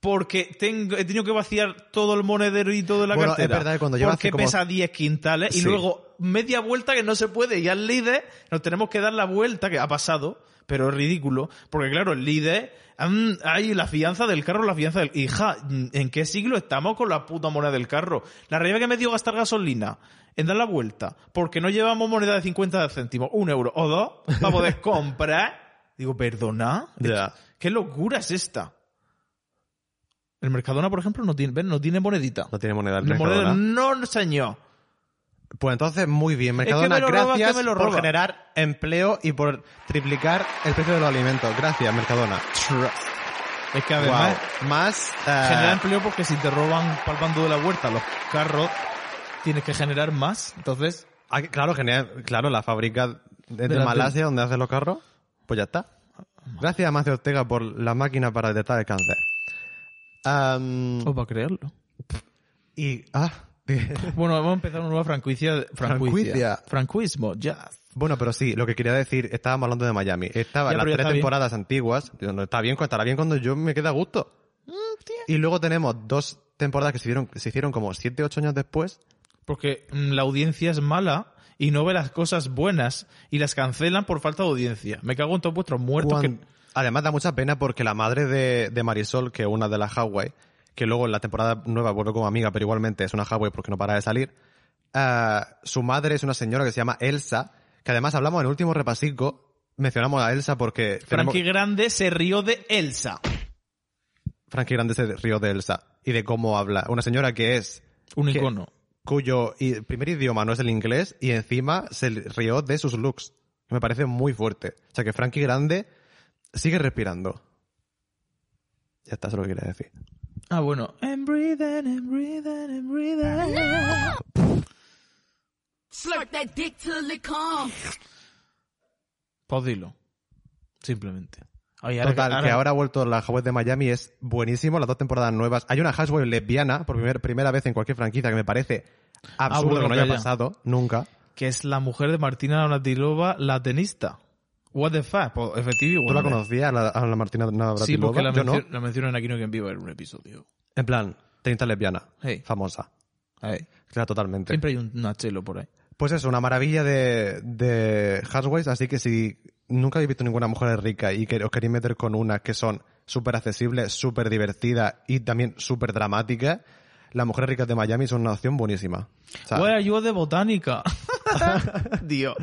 S1: porque tengo, he tenido que vaciar todo el monedero y todo la
S2: Bueno, es
S1: cartera.
S2: verdad que cuando llevas
S1: Porque
S2: así como-
S1: pesa 10 quintales y
S2: Sí.
S1: luego media vuelta que no se puede y al líder nos tenemos que dar la vuelta que ha pasado, pero es ridículo, porque claro, el líder mm, hay la fianza del carro, la fianza del hija, mm, ¿en qué siglo estamos con la puta moneda del carro? La realidad que me dio gastar gasolina en dar la vuelta, porque no llevamos moneda de 50 céntimos, un euro o dos para poder comprar. Digo, perdona,
S2: Ya.
S1: ¿Qué locura es esta? El Mercadona, por ejemplo, no tiene, ven, no tiene monedita.
S2: No tiene moneda el
S1: La moneda-
S2: Mercadona.
S1: no, no, señor.
S2: Pues entonces, muy bien, Mercadona,
S1: me lo roba,
S2: gracias
S1: que me lo
S2: por
S1: roba.
S2: generar empleo y por triplicar el precio de los alimentos. Gracias, Mercadona.
S1: Es que además
S2: Guau. Más... eh,
S1: genera empleo porque si te roban pa'l bando de la huerta los carros, tienes que generar más. Entonces,
S2: ah, claro, genera, claro, la fábrica de, de
S1: Delante.
S2: Malasia donde hacen los carros, pues ya está. Gracias a Macio Ortega por la máquina para detectar el cáncer. Am,
S1: os va a creerlo.
S2: y... Ah,
S1: Bueno, vamos a empezar una nueva franquicia. Franquicia.
S2: Franquicia.
S1: Franquismo, jazz.
S2: Bueno, pero sí, lo que quería decir, estábamos hablando de Miami. Estaba
S1: Ya,
S2: las
S1: pero ya
S2: tres
S1: está bien.
S2: temporadas antiguas. Digo, no, está bien, estará bien cuando yo me quede a gusto.
S1: Mm,
S2: y luego tenemos dos temporadas que se hicieron, se hicieron como 7, 8 años después.
S1: Porque mm, la audiencia es mala y no ve las cosas buenas y las cancelan por falta de audiencia. Me cago en todos vuestros muertos
S2: Cuan-
S1: que...
S2: Además da mucha pena porque la madre de, de Marisol, que es una de las Hawaii, que luego en la temporada nueva vuelve como amiga, pero igualmente es una Hawaii porque no para de salir, ah, su madre es una señora que se llama Elsa, que además hablamos en el último repasico, mencionamos a Elsa porque... tenemos-
S1: Frankie Grande se rió de Elsa.
S2: Frankie Grande se río de Elsa y de cómo habla. Una señora que es
S1: Un
S2: ¿Qué?
S1: icono.
S2: cuyo i- primer idioma no es el inglés y encima se rió de sus looks. Me parece muy fuerte. O sea que Frankie Grande sigue respirando. Ya está, eso es lo que quería decir.
S1: Ah, bueno. I'm breathing, I'm breathing, I'm breathing.
S4: Slurp that dick till it comes.
S1: Pues dilo. Simplemente. Ay, ahora
S2: Total, que ahora ha vuelto la Housewives de Miami, es buenísimo, las dos temporadas nuevas. Hay una Housewives lesbiana, por primer- primera vez en cualquier franquicia, que me parece absurdo
S1: bueno,
S2: que no haya
S1: calla.
S2: pasado nunca.
S1: que es la mujer de Martina Navratilova, la tenista. What the fuck? Pues efectivo.
S2: ¿Tú la conocías, a la, a la Martina Navratilova?
S1: Sí, porque la,
S2: Yo no.
S1: mencio- la mencionan aquí no quien viva en un episodio.
S2: En plan, tenista lesbiana,
S1: Hey.
S2: famosa.
S1: A ver,
S2: Claro, totalmente.
S1: Siempre hay un nachelo por ahí.
S2: Pues eso, una maravilla de, de Housewives, así que si nunca habéis visto ninguna mujer rica y que os queréis meter con una que son súper accesibles, súper divertidas y también súper dramáticas, las mujeres ricas de Miami son una opción buenísima. O sea,
S1: Where are you de botánica? Dios.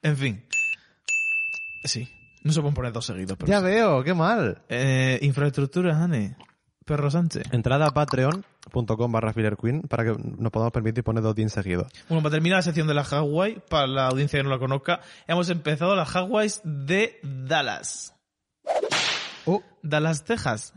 S1: En fin. Sí. No se pueden poner dos seguidos, pero.
S2: ya
S1: sí.
S2: veo, qué mal.
S1: Eh, infraestructura, Anne. Perro Sánchez.
S2: Entrada a patreon.com barra fillerqueen para que nos podamos permitir poner dos días seguidos.
S1: Bueno, para terminar la sección de la Hawaii, para la audiencia que no la conozca, hemos empezado las Hawaiis de Dallas.
S2: Oh,
S1: Dallas, Texas.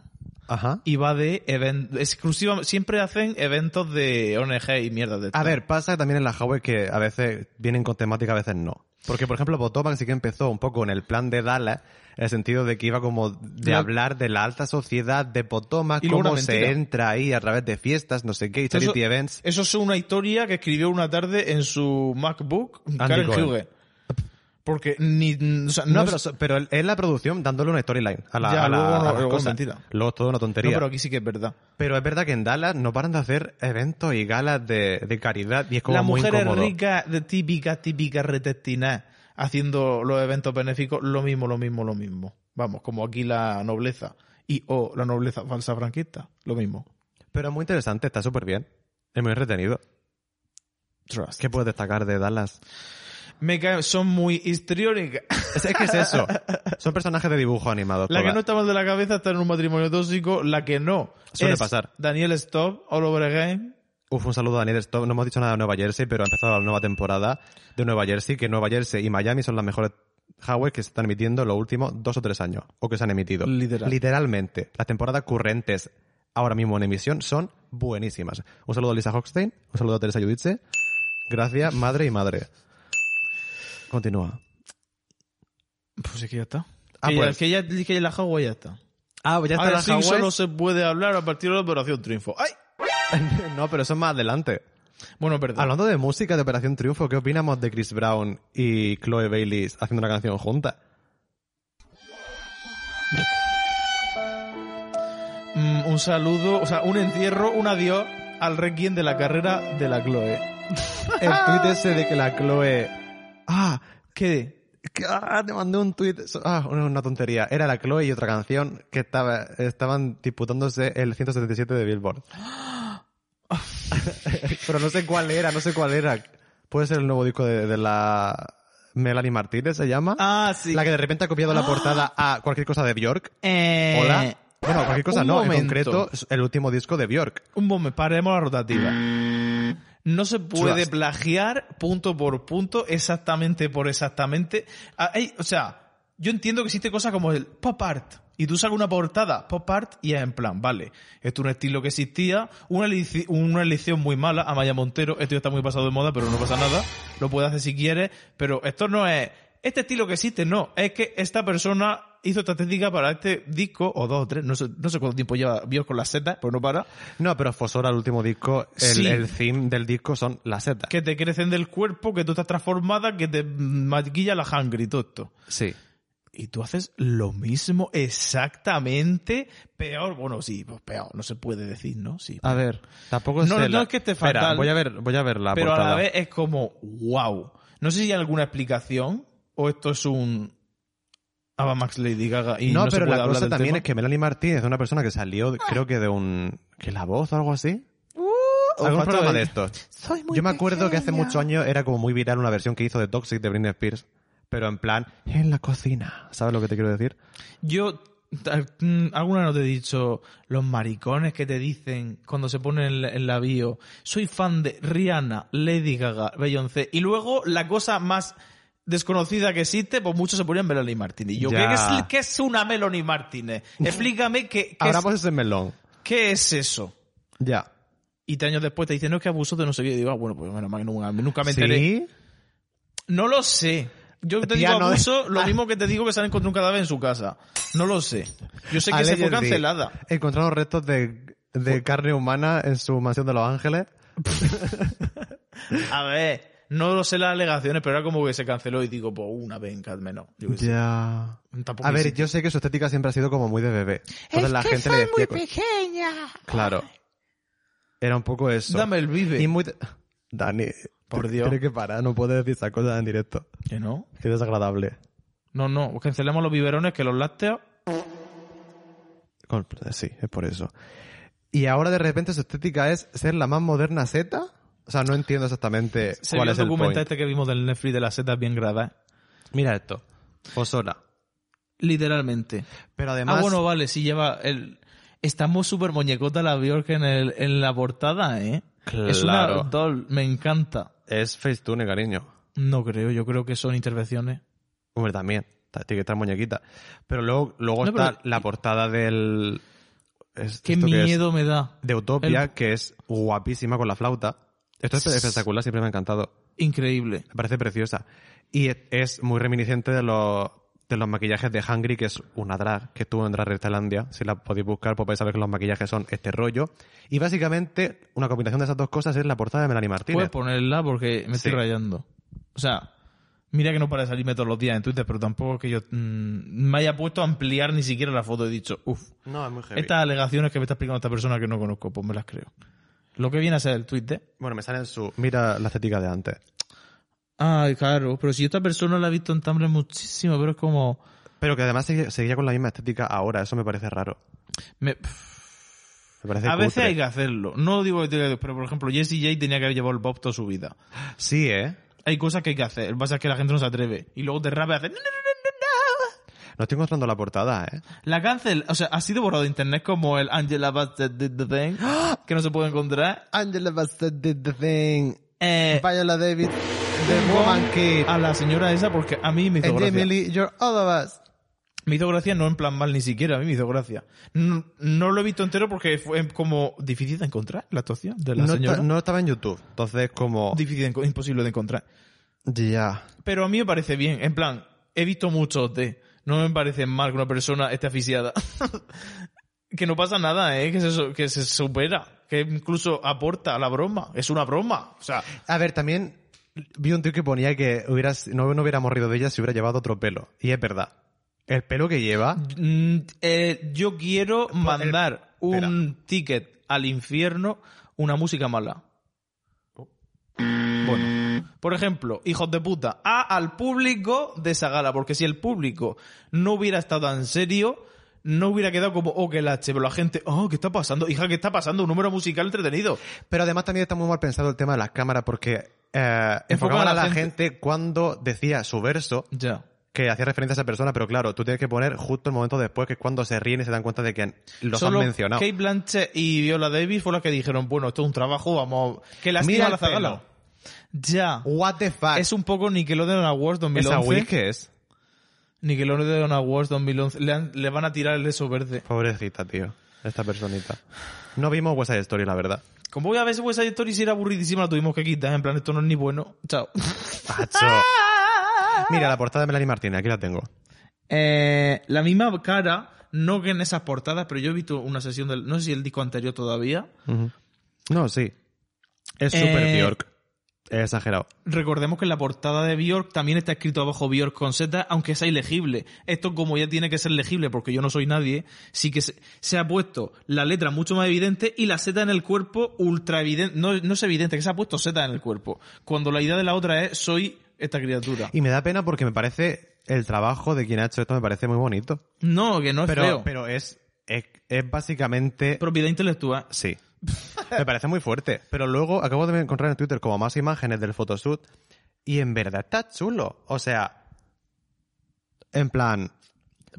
S2: ajá.
S1: Y va de event exclusiva, siempre hacen eventos de ONG y mierda de
S2: A
S1: estas.
S2: ver, pasa también en las Huawei que a veces vienen con temática, a veces no. Porque, por ejemplo, Botoman sí que empezó un poco en el plan de Dallas, en el sentido de que iba como de
S1: La-
S2: hablar de la alta sociedad de Potomac,
S1: Y luego
S2: cómo
S1: una
S2: se
S1: mentira.
S2: entra ahí a través de fiestas, no sé qué, y charity events.
S1: Eso eh, es una historia que escribió una tarde en su MacBook Karen
S2: Cohen.
S1: Hugue. Porque ni, o sea,
S2: No,
S1: no,
S2: pero,
S1: es-
S2: so- pero es la producción dándole una storyline a la,
S1: Ya,
S2: a la-
S1: luego no-
S2: a las
S1: luego es
S2: cosas.
S1: mentira.
S2: Luego es todo una
S1: no,
S2: tontería.
S1: pero
S2: pero...
S1: aquí sí que es verdad.
S2: es verdad que en Dallas no paran de hacer eventos y galas de, de caridad y es como
S1: La
S2: muy
S1: mujer es
S2: incómodo.
S1: rica, de típica, típica retestina, haciendo los eventos benéficos, lo mismo, lo mismo, lo mismo. Vamos, como aquí la nobleza y o la nobleza falsa franquista, lo mismo.
S2: Pero es muy interesante, está súper bien. Es muy entretenido.
S1: Trust.
S2: ¿Qué puedes destacar de Dallas?
S1: Me caen, son muy histriónicas.
S2: Es, es que es eso. Son personajes de dibujo animado.
S1: La que
S2: todas.
S1: no está mal de la cabeza está en un matrimonio tóxico, la que no.
S2: Suele
S1: es
S2: pasar.
S1: Daniel Stop, All Over Again.
S2: Uf, un saludo a Daniel Stop. No hemos dicho nada de Nueva Jersey, pero ha empezado la nueva temporada de Nueva Jersey, que Nueva Jersey y Miami son las mejores Huawei que se están emitiendo los últimos dos o tres años, o que se han emitido.
S1: Literal.
S2: Literalmente. Las temporadas currentes ahora mismo en emisión son buenísimas. Un saludo a Lisa Hochstein, un saludo a Teresa Judice. Gracias, madre y madre. Continúa.
S1: Pues es que ya está.
S2: Ah,
S1: que,
S2: pues.
S1: ya, que ya dije que la Hawaii ya está.
S2: Ah, ya
S1: Ahora sí solo se puede hablar a partir de la Operación Triunfo. ¡Ay!
S2: No, pero eso es más adelante.
S1: Bueno, perdón.
S2: Hablando de música de Operación Triunfo, ¿qué opinamos de Chris Brown y Chloe Bailey haciendo una canción juntas?
S1: Mm, un saludo, o sea, un entierro, un adiós al requiem de la carrera de la Chloe.
S2: El tweet ese de que la Chloe. Ah,
S1: ¿Qué?
S2: que- ah, te mandé un tweet. Ah, una, una tontería. Era la Chloe y otra canción que estaba, estaban disputándose el 177 de Billboard. Pero no sé cuál era, no sé cuál era. Puede ser el nuevo disco de, de la Melanie Martínez, se llama.
S1: Ah, sí.
S2: La que de repente ha copiado la portada a cualquier cosa de Bjork.
S1: Eh,
S2: Hola. Bueno, cualquier cosa
S1: un
S2: no,
S1: momento.
S2: en concreto es el último disco de Bjork.
S1: Un momento, paremos la rotativa. No se puede
S2: Trust.
S1: plagiar punto por punto, exactamente por exactamente. Ah, ey, o sea, yo entiendo que existe cosas como el pop art. Y tú sacas una portada pop art y es en plan, vale, esto es un estilo que existía, una, elici- una elección muy mala, Amaya Montero, esto ya está muy pasado de moda, pero no pasa nada, lo puedes hacer si quieres, pero esto no es este estilo que existe, no, es que esta persona hizo esta técnica para este disco, o dos o tres, no sé, no sé cuánto tiempo lleva Bios con las setas, pero no para,
S2: No, pero Fosora, el último disco, el,
S1: Sí.
S2: el theme del disco son las setas.
S1: que te crecen del cuerpo, que tú estás transformada, que te mm, maquilla la hangry y todo esto.
S2: Sí.
S1: Y tú haces lo mismo exactamente, peor, bueno, sí, pues peor, no se puede decir, ¿no? Sí.
S2: A ver, tampoco
S1: No,
S2: sé
S1: no
S2: la-
S1: es que esté
S2: Espera,
S1: fatal.
S2: voy a ver, voy a ver la
S1: Pero a
S2: portada.
S1: la vez es como, wow. No sé si hay alguna explicación o esto es un Ava Max Lady Gaga y
S2: no,
S1: no, se
S2: pero
S1: puede
S2: la
S1: hablar
S2: cosa
S1: del
S2: también
S1: tema.
S2: es que Melanie Martínez es una persona que salió, creo que de un... que la voz o algo así.
S1: Uh,
S2: Algún
S1: Olfato
S2: programa
S1: de-
S2: de estos. Yo me acuerdo que hace muchos años era como muy viral una versión que hizo de Toxic de Britney Spears, pero en plan, en la cocina. ¿Sabes lo que te quiero decir?
S1: Yo ta- mm, alguna no te he dicho los maricones que te dicen cuando se ponen en la, en la bio soy fan de Rihanna, Lady Gaga, Beyoncé y luego la cosa más desconocida que existe, pues muchos se ponían Melanie Martínez. Y Yo,
S2: Ya.
S1: ¿qué es, qué es una Melanie Martínez? Explícame qué, qué
S2: Ahora
S1: es,
S2: pues ese melón.
S1: qué es eso.
S2: Ya.
S1: Y tres años después te dicen, no, es que abuso de no sé qué. Y digo, ah, bueno, pues menos mal que nunca, nunca me enteré.
S2: ¿Sí?
S1: No lo sé. Yo te
S2: Tía,
S1: digo
S2: no-
S1: abuso,
S2: Ah.
S1: lo mismo que te digo que se han encontrado un cadáver en su casa. No lo sé. Yo sé que se fue
S2: Allegedly.
S1: cancelada.
S2: Encontraron restos de, de carne humana en su mansión de Los Ángeles.
S1: A ver, no lo sé las alegaciones, pero era como que se canceló y digo, pues una venga al menos. Yo qué sé.
S2: Ya.
S1: Tampoco
S2: A ver,
S1: existe.
S2: yo sé que su estética siempre ha sido como muy de bebé. Entonces la gente le decía co-
S4: pequeña.
S2: Claro. Era un poco eso.
S1: Dame el vive.
S2: Y muy... de- Dani,
S1: Por
S2: te-
S1: Dios.
S2: Tienes que parar, no puedes decir esas cosas en directo.
S1: Que no.
S2: Qué desagradable.
S1: No, no, cancelemos los biberones que los lácteos.
S2: Con- Sí, es por eso. Y ahora de repente su estética es ser la más moderna Z. O sea, no entiendo exactamente
S1: Se
S2: cuál
S1: vio el este.
S2: es el
S1: documental
S2: point.
S1: este que vimos del Netflix de las setas bien gradas.
S2: Mira esto. Fosora.
S1: Literalmente.
S2: Pero además...
S1: Ah, bueno, vale, sí lleva el... Estamos súper muñecota la Bjork en, el, en la portada, ¿eh? Es una
S2: Claro.
S1: doll, me encanta.
S2: Es Facetune, cariño.
S1: No creo, yo creo que son intervenciones.
S2: Hombre, también. Ta- Tiene que estar muñequita. Pero luego, luego
S1: No,
S2: está
S1: pero-
S2: la portada del... es-
S1: Qué
S2: ¿esto qué es?
S1: miedo me da.
S2: De Utopia,
S1: El-
S2: que es guapísima con la flauta. Esto es espectacular, siempre me ha encantado.
S1: Increíble.
S2: Me parece preciosa. Y e- es muy reminiscente de los, de los maquillajes de Hungry, que es una drag que estuvo en Drag Race Tailandia. Si la podéis buscar, pues vais a ver que los maquillajes son este rollo. Y básicamente, una combinación de esas dos cosas es la portada de Melanie Martínez.
S1: Puedes ponerla porque me estoy
S2: Sí.
S1: rayando. O sea, mira que no para de salirme todos los días en Twitter, pero tampoco es que yo mm, me haya puesto a ampliar ni siquiera la foto. He dicho, uff,
S2: No, es muy heavy.
S1: estas alegaciones que me está explicando esta persona que no conozco, pues me las creo. Lo que viene a ser el tweet de...
S2: Bueno, me sale en su... Mira la estética de antes.
S1: Ay, claro, pero si esta persona la he visto en Tumblr muchísimo, pero es como...
S2: Pero que además seguía, seguía con la misma estética ahora. Eso me parece raro.
S1: me-
S2: Me parece
S1: A veces
S2: cutre.
S1: hay que hacerlo. No digo que tenga que... Pero, por ejemplo, Jesse J tenía que haber llevado el bob toda su vida.
S2: Sí, ¿eh?
S1: Hay cosas que hay que hacer. El que pasa es que la gente no se atreve. Y luego te rap y hace...
S2: No estoy encontrando la portada, ¿eh?
S1: La cancel, o sea, ha sido borrado de internet como el Angela Bassett did the thing, que no se puede encontrar.
S2: Angela Bassett did the thing.
S1: Eh,
S2: Viola David, The
S1: Woman
S2: Kid.
S1: a la señora esa, porque a mí me hizo gracia.
S2: you're all of us.
S1: Me hizo gracia, no en plan mal ni siquiera, a mí me hizo gracia. No, no lo he visto entero porque fue como difícil de encontrar la actuación de la
S2: No,
S1: señora.
S2: esta- no estaba en YouTube, entonces como...
S1: Difícil, de enco- imposible de encontrar.
S2: Ya.
S1: Pero a mí me parece bien, en plan, he visto muchos de. No me parece mal que una persona esté asfixiada. que no pasa nada, ¿eh? Que se, so- que se supera. Que incluso aporta a la broma. Es una broma. O sea,
S2: A ver, también vi un tío que ponía que hubieras, no, no hubiéramos rido de ella si hubiera llevado otro pelo. Y es verdad. El pelo que lleva...
S1: mm, eh, yo quiero mandar un ticket al infierno una música mala.
S2: Oh.
S1: Bueno, por ejemplo, hijos de puta, a al público de esa gala, porque si el público no hubiera estado tan serio, no hubiera quedado como, oh, que lache, pero la gente, oh, ¿qué está pasando? Hija, ¿qué está pasando? Un número musical entretenido.
S2: Pero además también está muy mal pensado el tema de las cámaras porque eh, enfocaban a la, gente. cuando decía su verso,
S1: Ya.
S2: que hacía referencia a esa persona, pero claro, tú tienes que poner justo el momento después, que es cuando se ríen y se dan cuenta de que los
S1: Solo
S2: han mencionado.
S1: Kate Blanchett y Viola Davis fueron las que dijeron, bueno, esto es un trabajo, vamos, que la
S2: Mira
S1: a la
S2: el pelo.
S1: zagala. Ya.
S2: What the fuck?
S1: Es un poco Nickelodeon Awards 2011.
S2: Ah. ¿Esa Will que es?
S1: Nickelodeon Awards 2011. Le, han- le van a tirar el eso verde.
S2: Pobrecita, tío. Esta personita. No vimos West Side Story, la verdad.
S1: Como voy a ver esa historia si era aburridísima, la tuvimos que quitar. En plan, esto no es ni bueno. Chao.
S2: Pacho. Mira, la portada de Melanie Martínez, aquí la tengo.
S1: Eh, la misma cara, no que en esas portadas, pero yo he visto una sesión del. No sé si el disco anterior todavía.
S2: Ujú. No, sí. Es
S1: Eh,
S2: super Bjork. Es exagerado.
S1: Recordemos que en la portada de Bjork también está escrito abajo Bjork con Z, aunque sea ilegible. Esto, como ya tiene que ser legible, porque yo no soy nadie, sí que se, se ha puesto la letra mucho más evidente y la Z en el cuerpo ultra evidente. No, no es evidente, que se ha puesto Z en el cuerpo. Cuando la idea de la otra es, soy esta criatura.
S2: Y me da pena porque me parece el trabajo de quien ha hecho esto me parece muy bonito.
S1: No, que no es
S2: Pero,
S1: feo.
S2: pero es, es, es básicamente...
S1: Propiedad intelectual.
S2: Sí. Me parece muy fuerte. Pero luego acabo de encontrar en Twitter como más imágenes del photoshoot y en verdad está chulo. O sea, en plan,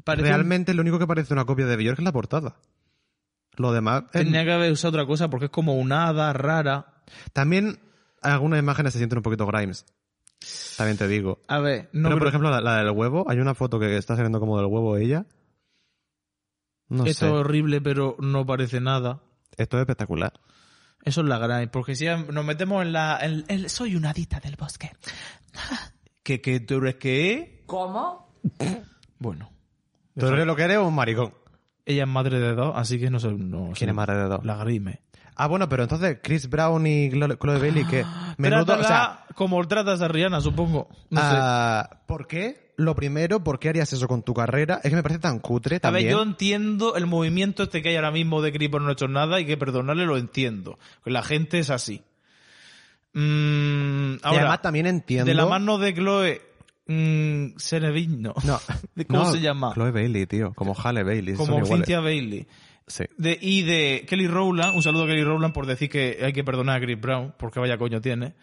S1: Parece un-
S2: realmente lo único que parece una copia de Bjork es la portada. Lo demás... es-
S1: Tenía que haber usado otra cosa porque es como una hada rara.
S2: También algunas imágenes se sienten un poquito Grimes. También te digo.
S1: A ver, no.
S2: pero, por
S1: pero-
S2: ejemplo, la, la del huevo, hay una foto que está saliendo como del huevo ella. No
S1: esto es
S2: sé.
S1: horrible, pero no parece nada.
S2: Esto es espectacular.
S1: Eso es la gran, porque si nos metemos en la... en- en- soy una adicta del bosque. ¿Que, que tú eres que?
S4: ¿Cómo?
S1: Bueno.
S2: ¿Tú eres lo que eres un maricón?
S1: Ella es madre de dos, así que no sé... No,
S2: ¿Quién es más alrededor?
S1: La grime.
S2: Ah, bueno, pero entonces Chris Brown y Glo- Chloe Bailey, ¿qué? Menudo, o sea,
S1: como tratas a Rihanna, supongo. No sé.
S2: ah, ¿por qué? Lo primero, ¿por qué harías eso con tu carrera? Es que me parece tan cutre
S1: A ver,
S2: también.
S1: yo entiendo el movimiento este que hay ahora mismo de Chris por no ha hecho nada y que perdonarle lo entiendo. Que la gente es así. Mm,
S2: y
S1: ahora,
S2: además también entiendo...
S1: de la mano de Chloe mm, Cerevino.
S2: No.
S1: ¿Cómo
S2: No,
S1: se llama?
S2: Chloe Bailey, tío. Como Halle Bailey. son
S1: como
S2: iguales.
S1: Cynthia Bailey.
S2: Sí.
S1: De, y de Kelly Rowland, un saludo a Kelly Rowland por decir que hay que perdonar a Chris Brown, porque vaya coño tiene.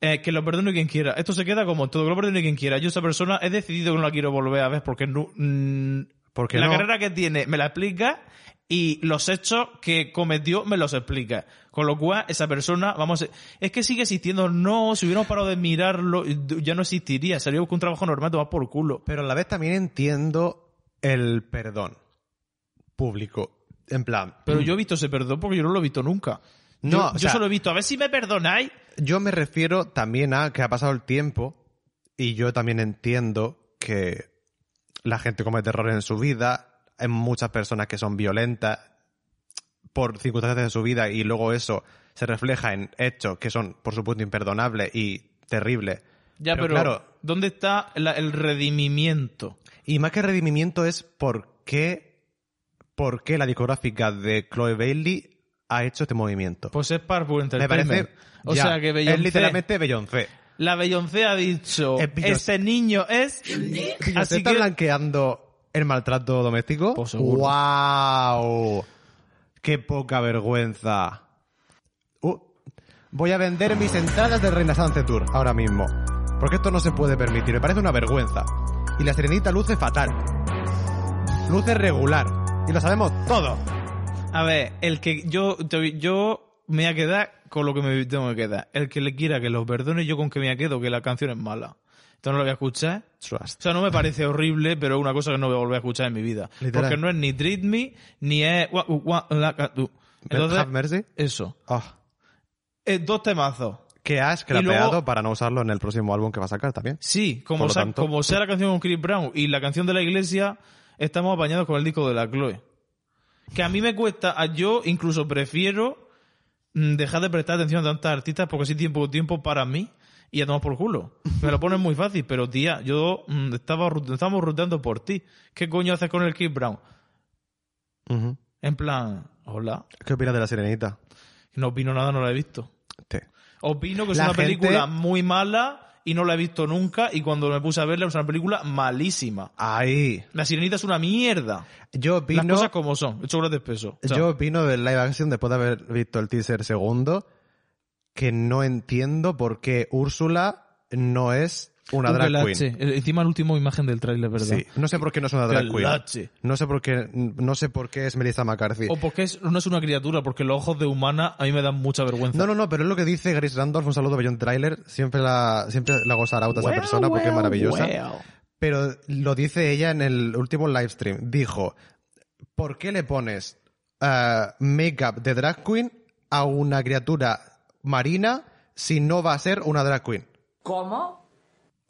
S1: Eh, que lo perdone quien quiera. Esto se queda como todo, que lo perdone quien quiera. Yo esa persona he decidido que no la quiero volver a ver porque no, mm,
S2: ¿Por qué
S1: la
S2: no?
S1: carrera que tiene me la explica y los hechos que cometió me los explica. Con lo cual, esa persona, vamos, a- es que sigue existiendo. No, si hubiéramos parado de mirarlo, ya no existiría. Sería buscar un trabajo normal, tomar por culo.
S2: Pero a la vez también entiendo el perdón público. En plan,
S1: Pero yo he visto ese perdón porque yo no lo he visto nunca.
S2: Mm. No,
S1: yo,
S2: o
S1: yo
S2: sea-
S1: solo he visto, a ver si me perdonáis.
S2: yo me refiero también a que ha pasado el tiempo y yo también entiendo que la gente comete errores en su vida, hay muchas personas que son violentas por circunstancias de su vida y luego eso se refleja en hechos que son, por supuesto, imperdonables y terribles.
S1: Ya, pero,
S2: Pero claro.
S1: ¿dónde está la- el redimimiento?
S2: Y más que redimimiento es por qué, por qué la discográfica de Chloe Bailey ha hecho este movimiento.
S1: Pues es Parkour
S2: Me
S1: Entertainment.
S2: parece.
S1: o
S2: ya,
S1: sea que
S2: Es
S1: Beyoncé-
S2: literalmente Beyoncé.
S1: la Beyoncé ha dicho,
S2: Es Beyoncé.
S1: este niño es...
S2: ¿Se
S1: Así
S2: está
S1: que...
S2: blanqueando el maltrato doméstico?
S1: Pues seguro.
S2: ¡Wow! ¡Qué poca vergüenza! Uh, voy a vender mis entradas del Reina Sánchez Tour ahora mismo. Porque esto no se puede permitir, me parece una vergüenza. Y la serenita luce fatal. Luce regular. Y lo sabemos todo.
S1: A ver, el que yo, te- yo me voy a quedar con lo que me tengo que quedar. El que le quiera que los perdone, yo con que me quedo, que la canción es mala. Entonces no la voy a escuchar.
S2: Trust.
S1: O sea, no me parece horrible, pero es una cosa que no voy a volver a escuchar en mi vida.
S2: Literal.
S1: Porque no es ni Treat Me, ni es... Wa- Wa- La- Ca- Du.
S2: Have
S1: Entonces,
S2: mercy.
S1: eso.
S2: Oh,
S1: Eh, dos temazos.
S2: que has
S1: luego-
S2: crapeado para no usarlo en el próximo álbum que va a sacar también.
S1: Sí,
S2: Por
S1: como
S2: lo
S1: sea,
S2: tanto-
S1: como sea la canción con Chris Brown y la canción de la iglesia, estamos apañados con el disco de la Chloe. Que a mí me cuesta, a- yo incluso prefiero mm, dejar de prestar atención a tantas artistas porque así tiempo tiempo para mí y a tomar por culo. Me lo ponen muy fácil, pero tía, yo mm, estaba ru- estábamos ruteando por ti. ¿Qué coño haces con el Chris Brown?
S2: Ujú.
S1: En plan, Hola.
S2: ¿Qué opinas de La Sirenita?
S1: No opino nada, no la he visto.
S2: Sí.
S1: Opino que es
S2: La
S1: una
S2: gente-
S1: película muy mala y no la he visto nunca y cuando me puse a verla es una película malísima.
S2: Ahí.
S1: La sirenita es una mierda.
S2: Yo opino...
S1: Las cosas como son. Hecho horas de peso. O sea,
S2: Yo opino del live action después de haber visto el teaser segundo que no entiendo por qué Úrsula no es una
S1: un
S2: drag queen.
S1: pelache. Eh, Encima la última imagen del tráiler, ¿verdad?
S2: Sí, no sé por qué no es una drag queen.
S1: Pelache.
S2: No sé por qué no sé por qué es Melissa McCarthy.
S1: O porque es- no es una criatura, porque los ojos de humana a mí me dan mucha vergüenza.
S2: No, no, no, pero es lo que dice Grace Randolph, un saludo Beyond Trailer, siempre la siempre la goza Arauta esa persona porque es maravillosa. Pero lo dice ella en el último live stream. Dijo, ¿por qué le pones ah, make-up de drag queen a una criatura marina si no va a ser una drag queen?
S5: ¿Cómo?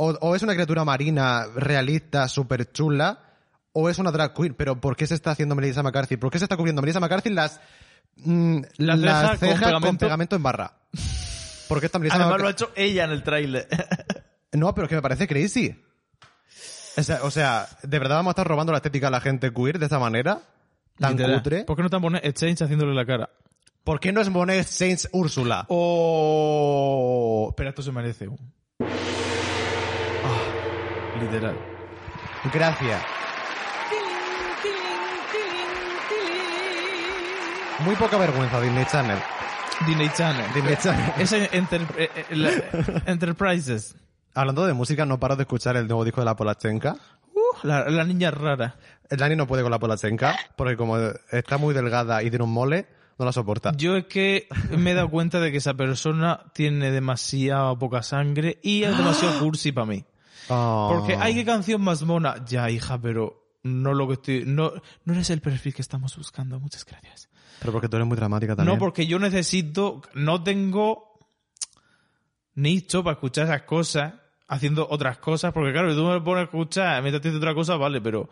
S2: O, o es una criatura marina realista, súper chula, o es una drag queen. Pero ¿por qué se está haciendo Melissa McCarthy? ¿Por qué se está cubriendo Melissa McCarthy las, mm,
S1: La
S2: las
S1: ceja
S2: cejas
S1: con
S2: con
S1: pegamento?
S2: pegamento en barra? ¿Por qué está Melissa
S1: Además
S2: McCarthy?
S1: lo ha hecho ella en el tráiler.
S2: No, pero es que me parece crazy. O sea, o sea, ¿de verdad vamos a estar robando la estética a la gente queer de esa manera? ¿Tan
S1: Literal.
S2: cutre?
S1: ¿Por qué no te han ponido Exchange haciéndole la cara?
S2: ¿Por qué no es Monet Saints Úrsula?
S1: Oh, espera, esto se merece un. Ah, literal.
S2: Gracias. Muy poca vergüenza, Disney Channel.
S1: Disney Channel.
S2: Disney Channel.
S1: Es en- enter- eh, eh, la- Enterprises.
S2: Hablando de música, no paro de escuchar el nuevo disco de la Polachenka.
S1: Uh, la, la niña rara.
S2: Dani no puede con la Polachenka, porque como está muy delgada y tiene un mole, no la soporta.
S1: Yo es que me he dado cuenta de que esa persona tiene demasiada poca sangre y es demasiado cursi para mí.
S2: Oh.
S1: Porque hay que canción más mona. Ya, hija, pero no lo que estoy. No, no eres el perfil que estamos buscando. Muchas gracias.
S2: Pero porque tú eres muy dramática también.
S1: No, porque yo necesito. No tengo nicho para escuchar esas cosas. Haciendo otras cosas. Porque claro, tú me pones a escuchar mientras haciendo otra cosa, vale, pero.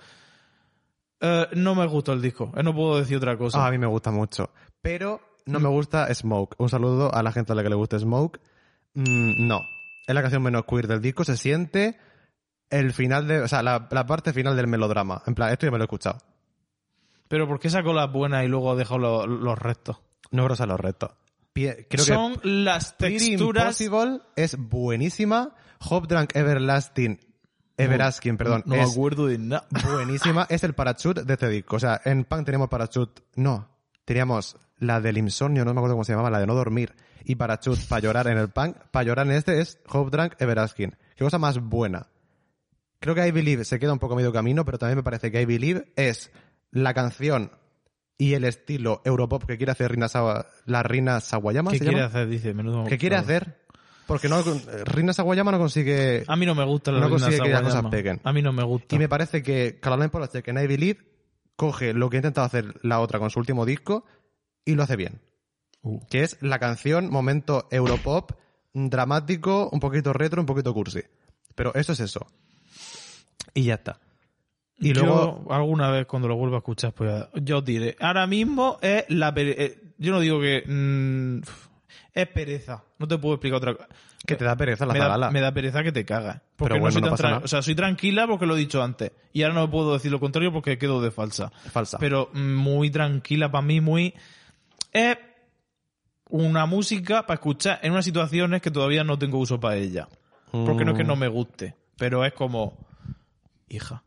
S1: eh, no me gustó el disco. Eh, no puedo decir otra cosa.
S2: Ah, a mí me gusta mucho. Pero no me gusta Smoke. Un saludo a la gente a la que le gusta Smoke. Mm, no. Es la canción menos queer del disco. Se siente el final de. O sea, la, la parte final del melodrama. En plan, esto ya me lo he escuchado.
S1: Pero ¿por qué sacó las buenas y luego ha dejado lo- los restos?
S2: No grosas los restos. Pie- creo
S1: Son
S2: que
S1: las
S2: Pretty
S1: texturas.
S2: Impossible es buenísima. Hope Drunk Everlasting. Everasking, perdón.
S1: No
S2: es
S1: me acuerdo de nada.
S2: buenísima. es el parachute de este disco. O sea, en Punk teníamos parachute. No, teníamos la del insomnio, no me acuerdo cómo se llamaba, la de no dormir. Y parachute para llorar en el Punk. Para llorar en este es Hope Drunk Everasking. Qué cosa más buena. Creo que I Believe se queda un poco a medio camino, pero también me parece que I Believe es la canción y el estilo Europop que quiere hacer Rina Sawa- la Rina Sawayama.
S1: ¿Qué
S2: ¿se
S1: quiere
S2: llama?
S1: hacer? Dice, menudo.
S2: ¿Qué quiere hacer? Porque no, eh, Rina Sawayama no consigue
S1: A mí no me gusta la
S2: No
S1: Reina
S2: consigue que las
S1: Sawayama.
S2: cosas peguen.
S1: A mí no me gusta.
S2: Y me parece que Caroline Polachek en I Believe coge lo que ha intentado hacer la otra con su último disco y lo hace bien.
S1: Uh.
S2: Que es la canción, momento europop, dramático, un poquito retro, un poquito cursi. Pero eso es eso. Y ya está. Y
S1: Yo,
S2: luego,
S1: alguna vez cuando lo vuelva a escuchar, pues yo os diré. Ahora mismo es la pereza. yo no digo que. mm, es pereza. No te puedo explicar otra cosa.
S2: que te da pereza la
S1: me, da,
S2: zagala.
S1: me da pereza que te cagas. Porque
S2: Pero
S1: no
S2: bueno,
S1: soy
S2: no
S1: tan
S2: pasa
S1: tran-
S2: nada.
S1: O sea, soy tranquila porque lo he dicho antes. Y ahora no puedo decir lo contrario porque quedo de falsa.
S2: Falsa.
S1: Pero muy tranquila para mí, muy. Es una música para escuchar en unas situaciones que todavía no tengo uso para ella. Porque no es que no me guste, pero es como. Hija.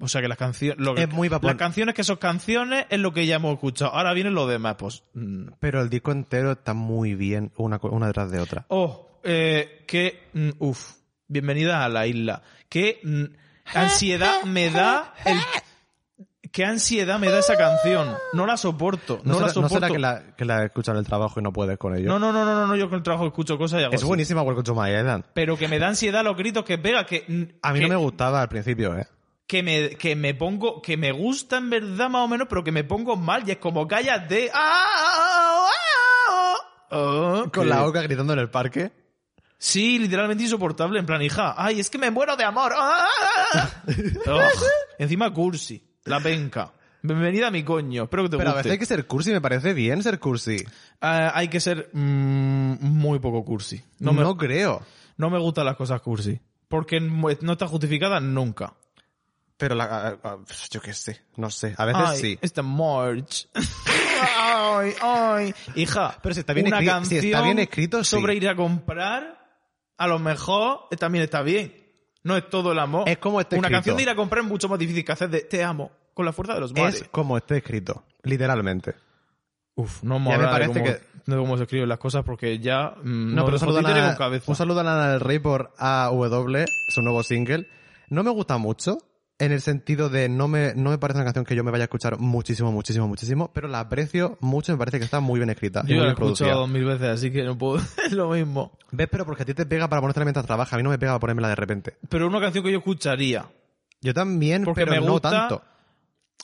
S1: O sea que las canciones. lo que-
S2: Es muy vapor.
S1: Las canciones que son canciones es lo que ya hemos escuchado. Ahora vienen los demás, pues. mm,
S2: Pero el disco entero está muy bien, una, co- una detrás de otra.
S1: Oh, eh, que. mm, uf. Bienvenida a la isla. Que mm, ansiedad me da el. Qué ansiedad me da esa canción. No la soporto. No,
S2: ¿No,
S1: la
S2: será, no
S1: soporto.
S2: será que la, que la escuchan en el trabajo y no puedes con ello?
S1: no, no, no, no, no, no, Yo con el trabajo escucho cosas y hago
S2: Es
S1: así.
S2: buenísima Welcome to My Island.
S1: Pero que me da ansiedad los gritos que pega. Que, mm,
S2: A mí no
S1: que-
S2: me gustaba al principio, ¿eh?
S1: que me, que me pongo, que me gusta en verdad más o menos, pero que me pongo mal y es como cállate. ¡Ah! ¡Ah! ¡Ah!
S2: Con la oca gritando en el parque.
S1: Sí, literalmente insoportable, en plan, hija, ay, es que me muero de amor. ¡Ah! Ugh. Encima cursi, la penca. Bienvenida a mi coño, espero que te
S2: Pero a
S1: guste.
S2: veces hay que ser cursi, me parece bien ser cursi.
S1: Ah, hay que ser mm, muy poco cursi. No
S2: No,
S1: me,
S2: creo.
S1: no me gustan las cosas cursi. Porque no está justificada nunca.
S2: Pero la, a- a- yo qué sé, no sé. A veces
S1: Ay,
S2: sí.
S1: Esta March. este Ay, ay. Hija,
S2: Pero si está bien
S1: una
S2: escri- si
S1: canción
S2: está bien escrito, sí.
S1: sobre ir a comprar, a lo mejor eh, también está bien. No es todo el amor.
S2: Es como está
S1: Una
S2: escrito.
S1: canción de ir a comprar es mucho más difícil que hacer de te amo con la fuerza de los mares.
S2: Es como esté escrito, literalmente.
S1: Uf, no
S2: Ya
S1: me
S2: me
S1: habla de
S2: parece
S1: cómo,
S2: que-
S1: de cómo se escriben las cosas porque ya mm,
S2: No, pero
S1: dejo
S2: un saludo, a
S1: títere
S2: Lana-
S1: con cabeza.
S2: un saludo a Lana del Rey por AW, su nuevo single. No me gusta mucho, en el sentido de no me, no me parece una canción que yo me vaya a escuchar muchísimo, muchísimo, muchísimo, pero la aprecio mucho, me parece que está muy bien escrita. y
S1: Yo ya
S2: muy
S1: la he
S2: bien producida.
S1: escuchado dos mil veces, así que no puedo es lo mismo.
S2: ¿Ves? Pero porque a ti te pega para ponértela mientras trabaja, a mí no me pega para ponérmela de repente.
S1: Pero una canción que yo escucharía.
S2: Yo también,
S1: Porque
S2: pero
S1: me
S2: no
S1: gusta-
S2: tanto.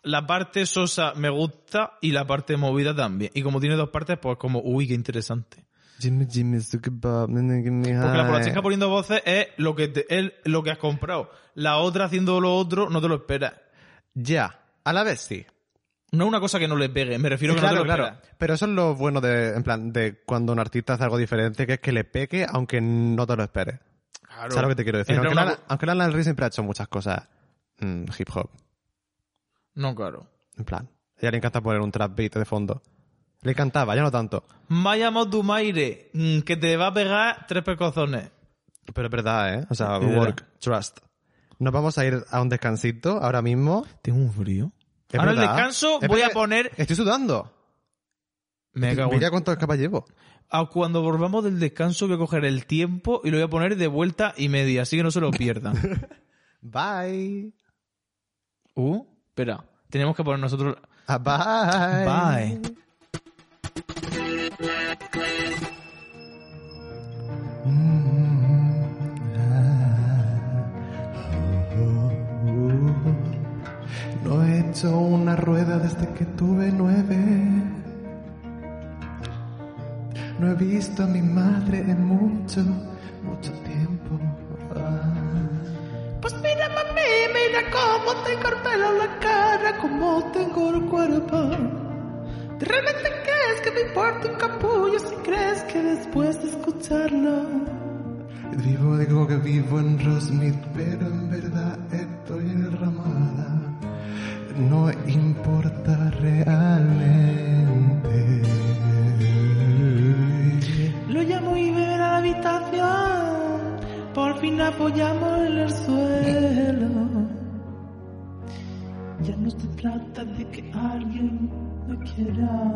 S1: La parte sosa me gusta y la parte movida también. Y como tiene dos partes, pues como, uy, qué interesante.
S2: Jimmy, Jimmy, Zucker, Bob, nene, give me
S1: Porque la
S2: high.
S1: polacheca poniendo voces es lo que te- es lo que has comprado. La otra haciendo lo otro no te lo esperas.
S2: Ya, a la vez sí.
S1: No es una cosa que no le pegue, me refiero a que no te lo esperas.
S2: Pero eso es lo bueno de, en plan, de cuando un artista hace algo diferente, que es que le peque aunque no te lo esperes.
S1: Claro.
S2: ¿Sabes lo que te quiero decir?
S1: Entra
S2: Aunque,
S1: una
S2: Lana,
S1: bu-
S2: aunque Lana del Rey siempre ha hecho muchas cosas mm, hip hop,
S1: No, claro.
S2: en plan. A ella le encanta poner un trap beat de fondo. Le encantaba, ya no tanto.
S1: Maya Dumaire, mm, que te va a pegar tres percozones.
S2: Pero es verdad, ¿eh? O sea,
S1: Es verdad.
S2: work, trust. Nos vamos a ir a un descansito ahora mismo.
S1: Tengo un frío.
S2: Es
S1: Ahora
S2: verdad.
S1: el descanso
S2: Es
S1: voy a
S2: verdad.
S1: poner...
S2: Estoy sudando.
S1: Me cago en-
S2: Mira cuántas capas llevo.
S1: A Ah, cuando volvamos del descanso voy a coger el tiempo y lo voy a poner de vuelta y media, así que no se lo pierdan.
S2: Bye.
S1: Uh, espera. Tenemos que poner nosotros.
S2: Ah, bye.
S1: Bye.
S2: No he hecho una rueda desde que tuve nueve. No he visto a mi madre en mucho, mucho tiempo. Pues mira mami, mira cómo tengo el pelo en la cara, cómo tengo el cuerpo. ¿Realmente crees que me importa un capullo si crees que después de escucharlo? Vivo, digo que vivo en Rosemead, pero en verdad estoy enramada. No importa realmente.
S1: Lo llamo y ven a la habitación. Por fin apoyamos en el suelo. Ya no se trata de que alguien me quiera.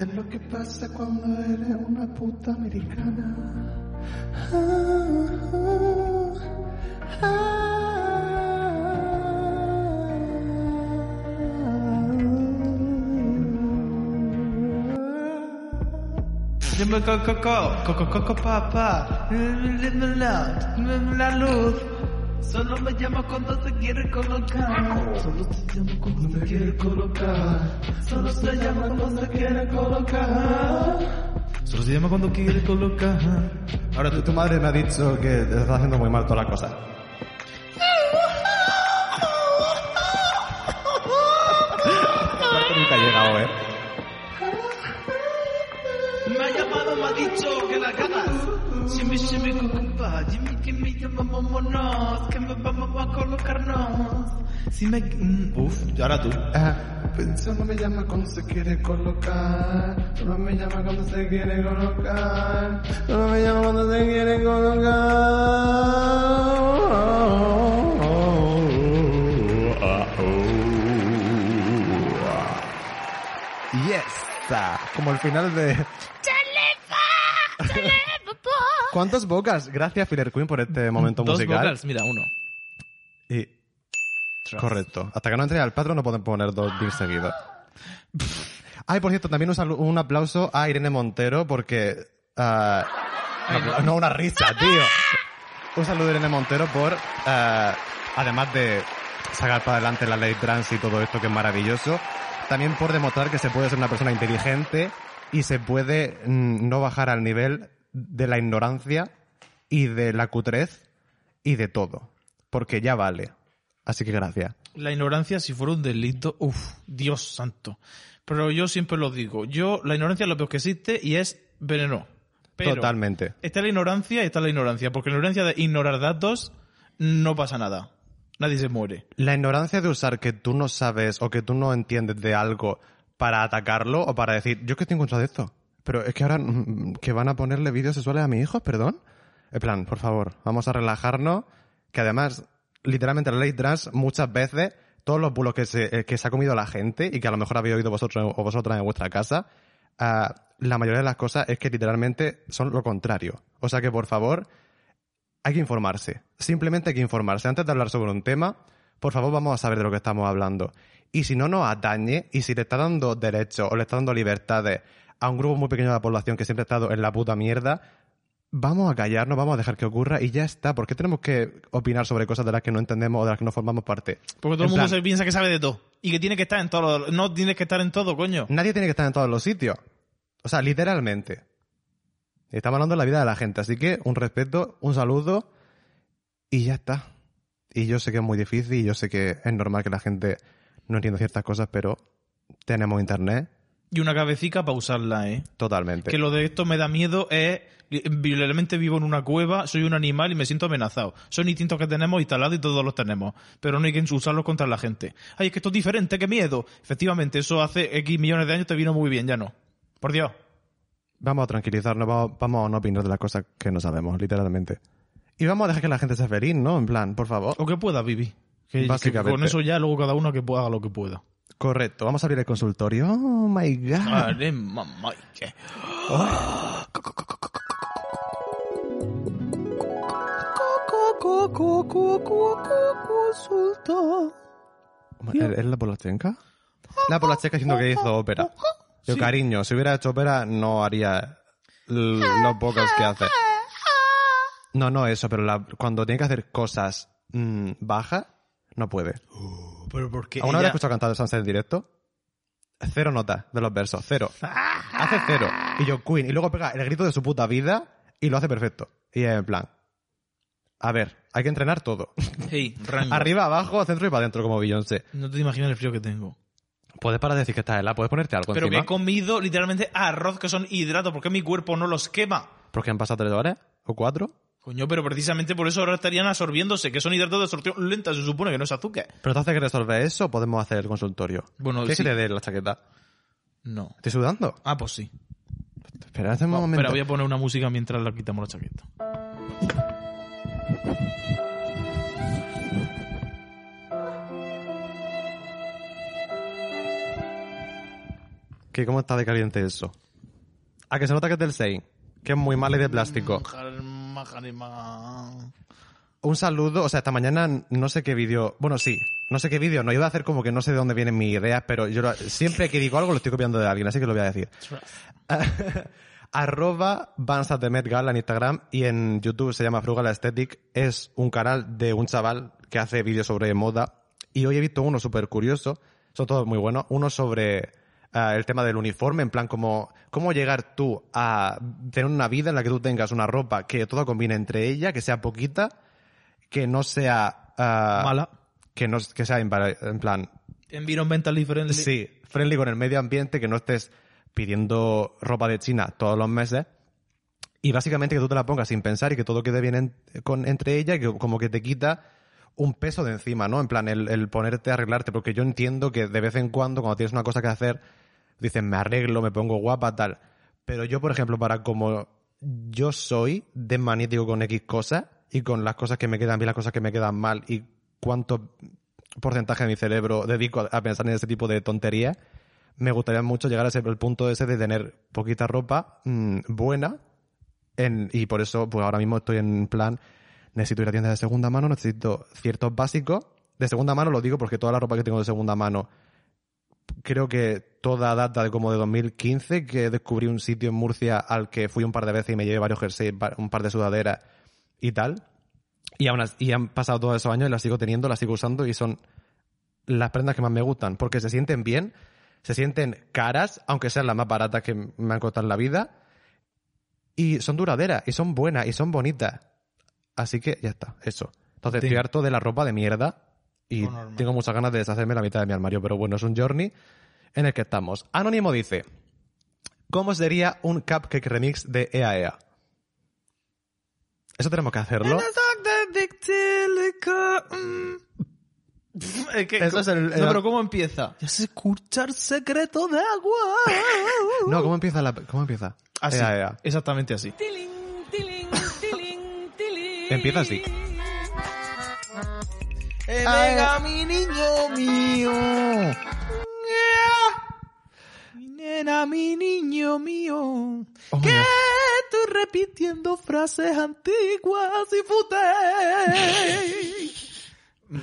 S2: Es lo que pasa cuando eres una puta americana.
S1: Dime coco, coco, coco, coco, papá. Dime la, dime la luz. Solo me llama cuando te quiere colocar. Solo te llama cuando te quiere colocar. Solo se llama cuando te quiere colocar. Solo se llama cuando quiere colocar.
S2: Ahora tú, tu madre me ha dicho que te está haciendo muy mal toda la cosa. nunca ha llegado, eh.
S1: Me ha llamado, me ha dicho que la cagas. Shimmy, shimmy, cucupa. Jimmy, que me llama, vámonos. Que me vamos a colocarnos. Si me. mm, Uf, ahora tú.
S2: Solo Ah. me llama cuando se quiere colocar. Solo me llama cuando se quiere colocar. Solo me llama cuando se quiere colocar. Yes. Como el final de... ¿Cuántos bocas? Gracias, Filler Queen, por este momento
S1: Dos
S2: musical.
S1: vocals, mira, uno.
S2: Y... Correcto. Hasta que no entre al patro no pueden poner dos beats seguidos. Ay, por cierto, también un, salu- un aplauso a Irene Montero porque... ah, un apla- no, una risa, tío. Un saludo a Irene Montero por... ah, además de sacar para adelante la ley trans y todo esto que es maravilloso, también por demostrar que se puede ser una persona inteligente y se puede mm, no bajar al nivel de la ignorancia y de la cutrez y de todo. Porque ya vale. Así que gracias.
S1: La ignorancia, si fuera un delito, uff, Dios santo. Pero yo siempre lo digo, yo, la ignorancia es lo peor que existe y es veneno. Pero
S2: Totalmente.
S1: Está la ignorancia y está la ignorancia, porque la ignorancia de ignorar datos no pasa nada. Nadie se muere.
S2: La ignorancia de usar que tú no sabes o que tú no entiendes de algo para atacarlo o para decir, yo es que estoy en contra de esto. Pero es que ahora mm, que van a ponerle vídeos sexuales a mis hijos, perdón. En plan, por favor, vamos a relajarnos. Que además, literalmente la ley trans muchas veces, todos los bulos que se, eh, que se ha comido la gente y que a lo mejor habéis oído vosotros o vosotras en vuestra casa, ah, la mayoría de las cosas es que literalmente son lo contrario. O sea que, por favor, hay que informarse. Simplemente hay que informarse. Antes de hablar sobre un tema, por favor, vamos a saber de lo que estamos hablando. Y si no nos atañe, y si le está dando derechos o le está dando libertades a un grupo muy pequeño de la población que siempre ha estado en la puta mierda, vamos a callarnos, vamos a dejar que ocurra y ya está. ¿Por qué tenemos que opinar sobre cosas de las que no entendemos o de las que no formamos parte?
S1: Porque todo
S2: En
S1: el mundo
S2: plan,
S1: se piensa que sabe de todo. Y que tiene que estar en todo. lo- No tienes que estar en todo, coño.
S2: Nadie tiene que estar en todos los sitios. O sea, literalmente. Estamos hablando de la vida de la gente, así que un respeto, un saludo y ya está. Y yo sé que es muy difícil y yo sé que es normal que la gente no entienda ciertas cosas, pero tenemos internet
S1: Y una cabecita para usarla, ¿eh?
S2: totalmente.
S1: Que lo de esto me da miedo es... Literalmente vivo en una cueva, soy un animal y me siento amenazado. Son instintos que tenemos instalados y todos los tenemos. Pero no hay que usarlos contra la gente. Ay, es que esto es diferente, qué miedo. Efectivamente, eso hace X millones de años te vino muy bien, ya no. Por Dios.
S2: Vamos a tranquilizarnos, vamos, vamos a no opinar de las cosas que no sabemos, literalmente. Y vamos a dejar que la gente sea feliz, ¿no? En plan, por favor.
S1: O que pueda vivir. Que, que
S2: Básicamente.
S1: con eso ya luego cada uno que pueda haga lo que pueda.
S2: Correcto, vamos a abrir el consultorio. Oh my god.
S1: Vale, mamá, y qué.
S2: ¿Es la polachenca? La polachenca diciendo que hizo ópera. Yo, cariño, si hubiera hecho ópera no haría l- los pocos que hace. No, no eso, pero la- cuando tiene que hacer cosas mm, bajas, no puede.
S1: Pero porque
S2: ¿Aún no habrá escuchado cantar el Sunset en directo? Cero notas de los versos, cero. Hace cero. Y yo, Queen. Y luego pega el grito de su puta vida y lo hace perfecto. Y es en plan. A ver, hay que entrenar todo.
S1: Sí, rango.
S2: Arriba, abajo, centro y para adentro, como Beyoncé.
S1: No te imaginas el frío que tengo.
S2: Puedes para decir que estás helada, puedes ponerte algo
S1: Pero que
S2: encima.
S1: he comido literalmente arroz que son hidratos, porque mi cuerpo no los quema.
S2: Porque han pasado tres horas o cuatro.
S1: Coño, pero precisamente por eso ahora estarían absorbiéndose, que son hidratos de absorción lenta, se supone que no es azúcar.
S2: Pero entonces hay que resolver eso, podemos hacer el consultorio.
S1: Bueno,
S2: ¿Qué
S1: sí.
S2: le dé la chaqueta?
S1: No.
S2: Estoy sudando.
S1: Ah, pues sí.
S2: Espera hace un
S1: Vamos,
S2: momento.
S1: espera, voy a poner una música mientras la quitamos la chaqueta.
S2: ¿Qué, ¿Cómo está de caliente eso? A que se nota que es del 6, que es muy mal y de plástico.
S1: Jarma, jarma.
S2: Un saludo, o sea, esta mañana no sé qué vídeo, bueno, sí, no sé qué vídeo, no iba a hacer como que no sé de dónde vienen mis ideas, pero yo lo- siempre que digo algo lo estoy copiando de alguien, así que lo voy a decir. Arroba Bansas de Met Gala en Instagram y en YouTube se llama Frugal Aesthetic, es un canal de un chaval que hace vídeos sobre moda y hoy he visto uno súper curioso, son todos muy buenos, uno sobre ah, el tema del uniforme, en plan como cómo llegar tú a tener una vida en la que tú tengas una ropa que todo combine entre ella, que sea poquita que no sea ah,
S1: Mala.
S2: que no que sea inva- en plan
S1: Environmental friendly.
S2: sí friendly con el medio ambiente que no estés pidiendo ropa de China todos los meses y básicamente que tú te la pongas sin pensar y que todo quede bien en- con, entre ella y que como que te quita un peso de encima, ¿no? En plan, el, el ponerte a arreglarte, porque yo entiendo que de vez en cuando, cuando tienes una cosa que hacer, dices, me arreglo, me pongo guapa, tal. Pero yo, por ejemplo, para como yo soy de magnético con X cosas y con las cosas que me quedan bien, las cosas que me quedan mal y cuánto porcentaje de mi cerebro dedico a, a pensar en ese tipo de tonterías, me gustaría mucho llegar a ese, el punto ese de tener poquita ropa mm, buena en- y por eso, pues ahora mismo estoy en plan, necesito ir a tiendas de segunda mano, necesito ciertos básicos. De segunda mano lo digo porque toda la ropa que tengo de segunda mano, creo que toda data de como de 2015, que descubrí un sitio en Murcia al que fui un par de veces y me llevé varios jerseys, va- un par de sudaderas y tal. Y, aún as- y han pasado todos esos años y las sigo teniendo, las sigo usando y son las prendas que más me gustan, porque se sienten bien, se sienten caras, aunque sean las más baratas que me han costado en la vida, y son duraderas, y son buenas, y son bonitas. Así que ya está, eso. Entonces estoy
S1: Tengo-
S2: harto de la ropa de mierda y
S1: Lo normal.
S2: tengo muchas ganas de deshacerme la mitad de mi armario, pero bueno, es un journey en el que estamos. Anónimo dice, ¿cómo sería un cupcake remix de E EAEA? Eso tenemos que hacerlo.
S1: mm. Es que-
S2: Eso es el- eh,
S1: no, pero ¿cómo empieza? Ya se escucha el secreto de agua.
S2: No, ¿cómo empieza la... ¿Cómo empieza? E
S1: Así,
S2: Ea, ea.
S1: exactamente así.
S2: Empieza así.
S1: Eh,
S2: Ay.
S1: venga, mi niño mío. Mi nena, mi niño mío.
S2: Oh,
S1: que
S2: no.
S1: estoy repitiendo frases antiguas y puté.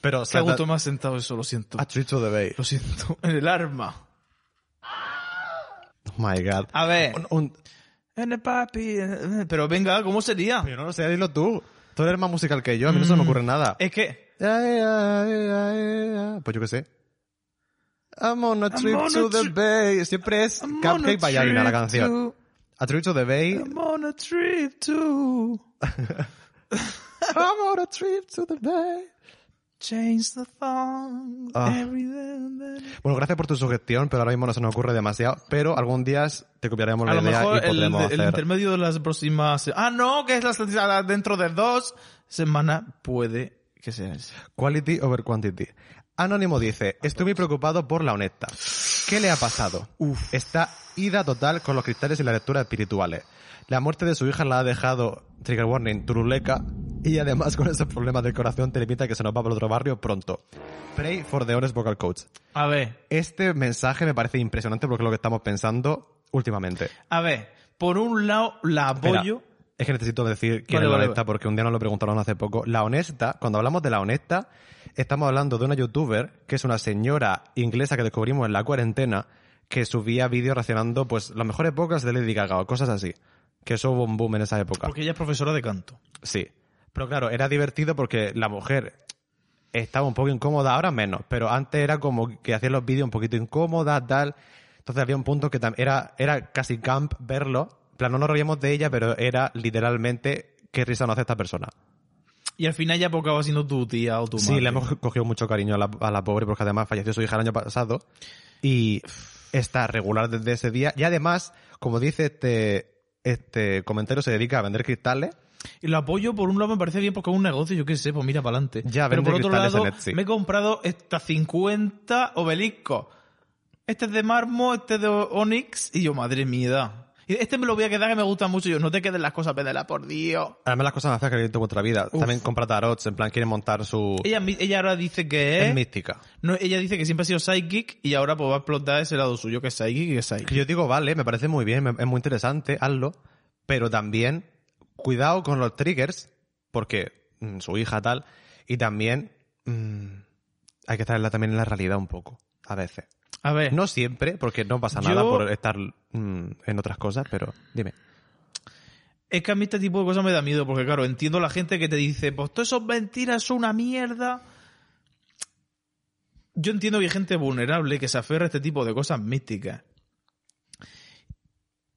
S2: Pero
S1: Qué a
S2: salta-
S1: gusto me ha sentado eso, lo siento.
S2: a Chucho de Bay.
S1: Lo siento. En el arma.
S2: Oh my god.
S1: A ver.
S2: Un- un-
S1: En el papi. eh, Pero venga, ¿cómo sería?
S2: Yo no lo sé, dilo tú. Tú eres más musical que yo, a mí no
S1: Mm.
S2: se me ocurre nada.
S1: Es que.
S2: Ay, ay, ay, ay. Pues yo qué sé. I'm on a trip
S1: on a
S2: to the
S1: tri-
S2: bay. Siempre es
S1: I'm on a
S2: Cupcake Ballarina la
S1: trip
S2: canción.
S1: to-
S2: A trip to the bay.
S1: I'm on a trip to
S2: I'm on a trip to the bay.
S1: change the song
S2: Ah.
S1: every day and then-
S2: Bueno, gracias por tu sugestión, pero ahora mismo no se nos ocurre demasiado. Pero algún día te copiaremos
S1: A
S2: la
S1: lo
S2: idea
S1: mejor
S2: y
S1: el,
S2: podremos
S1: el
S2: hacer...
S1: intermedio de las próximas... Ah, no, que es las, las- dentro de dos semanas puede que sea ese.
S2: Quality over quantity. Anónimo dice, estoy muy preocupado por la honesta. ¿Qué le ha pasado? Está ida total con los cristales y la lectura espirituales. La muerte de su hija la ha dejado, trigger warning, turuleca, y además con esos problemas del corazón te limita que se nos va para otro barrio pronto. Pray for the honest vocal coach.
S1: A ver,
S2: Este mensaje me parece impresionante porque es lo que estamos pensando últimamente.
S1: a ver. Por un lado, la
S2: Espera,
S1: apoyo.
S2: es que necesito decir quién
S1: Vale,
S2: es la
S1: vale,
S2: honesta
S1: vale.
S2: porque un día nos lo preguntaron hace poco. La honesta, cuando hablamos de la honesta, estamos hablando de una youtuber que es una señora inglesa que descubrimos en la cuarentena que subía vídeos reaccionando pues las mejores épocas de Lady Gaga o cosas así. Que eso hubo un boom en esa época.
S1: Porque ella es profesora de canto.
S2: Sí. Pero claro, era divertido porque la mujer estaba un poco incómoda, ahora menos, pero antes era como que hacía los vídeos un poquito incómodas, tal. Entonces había un punto que tam- era, era casi camp verlo. En plan, no nos reíamos de ella, pero era literalmente qué risa nos hace esta persona.
S1: Y al final ya acaba siendo tu tía o tu
S2: Sí,
S1: madre.
S2: le hemos cogido mucho cariño a la, a la pobre porque además falleció su hija el año pasado y está regular desde ese día. Y además, como dice este, este comentario, se dedica a vender cristales.
S1: Y lo apoyo por un lado me parece bien porque es un negocio, yo qué sé, pues mira para adelante.
S2: Ya,
S1: Pero
S2: vende
S1: por otro
S2: cristales
S1: lado,
S2: en Etsy.
S1: me he comprado estas 50 obeliscos. Este es de mármol, este es de Onyx y yo, madre mía. Y Este me lo voy a quedar que me gusta mucho. Yo, no te queden las cosas, pédelas, por Dios.
S2: Además las cosas más feas que he visto en vuestra vida.
S1: Uf.
S2: También compra tarots, en plan quiere montar su...
S1: Ella, mi- ella ahora dice que
S2: Pues, Es
S1: es...
S2: mística.
S1: No, ella dice que siempre ha sido psychic y ahora pues va a explotar ese lado suyo que es psychic y que es
S2: Que
S1: psychic.
S2: yo digo, vale, me parece muy bien, me- es muy interesante, hazlo. Pero también, cuidado con los triggers, porque mm, su hija tal, y también mm, hay que estarla también en la realidad un poco, a veces.
S1: A ver,
S2: No siempre, porque no pasa
S1: Yo-
S2: nada por estar mm, en otras cosas, pero dime.
S1: es que a mí este tipo de cosas me da miedo porque claro, entiendo la gente que te dice, pues todo eso es mentira, eso es una mierda. Yo entiendo que hay gente vulnerable que se aferra a este tipo de cosas místicas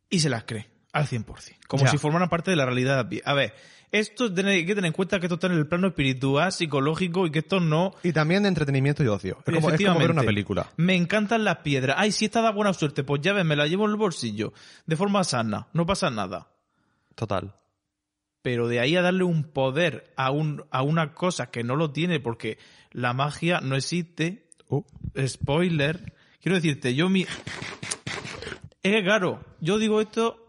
S1: y se las cree al 100%, como
S2: Ya.
S1: si formaran parte de la realidad. A ver, esto es tener- hay que tener en cuenta que esto está en el plano espiritual, psicológico y que esto no
S2: Y también de entretenimiento y ocio. Es como, es como ver una
S1: Efectivamente.
S2: película.
S1: Me encantan las piedras. Ay, si esta da buena suerte, pues ya ves, me la llevo en el bolsillo. De forma sana, no pasa nada.
S2: Total.
S1: Pero de ahí a darle un poder a, un, a una cosa que no lo tiene porque la magia no existe.
S2: Uh.
S1: Spoiler. Quiero decirte, yo mi... Es que, claro, yo digo esto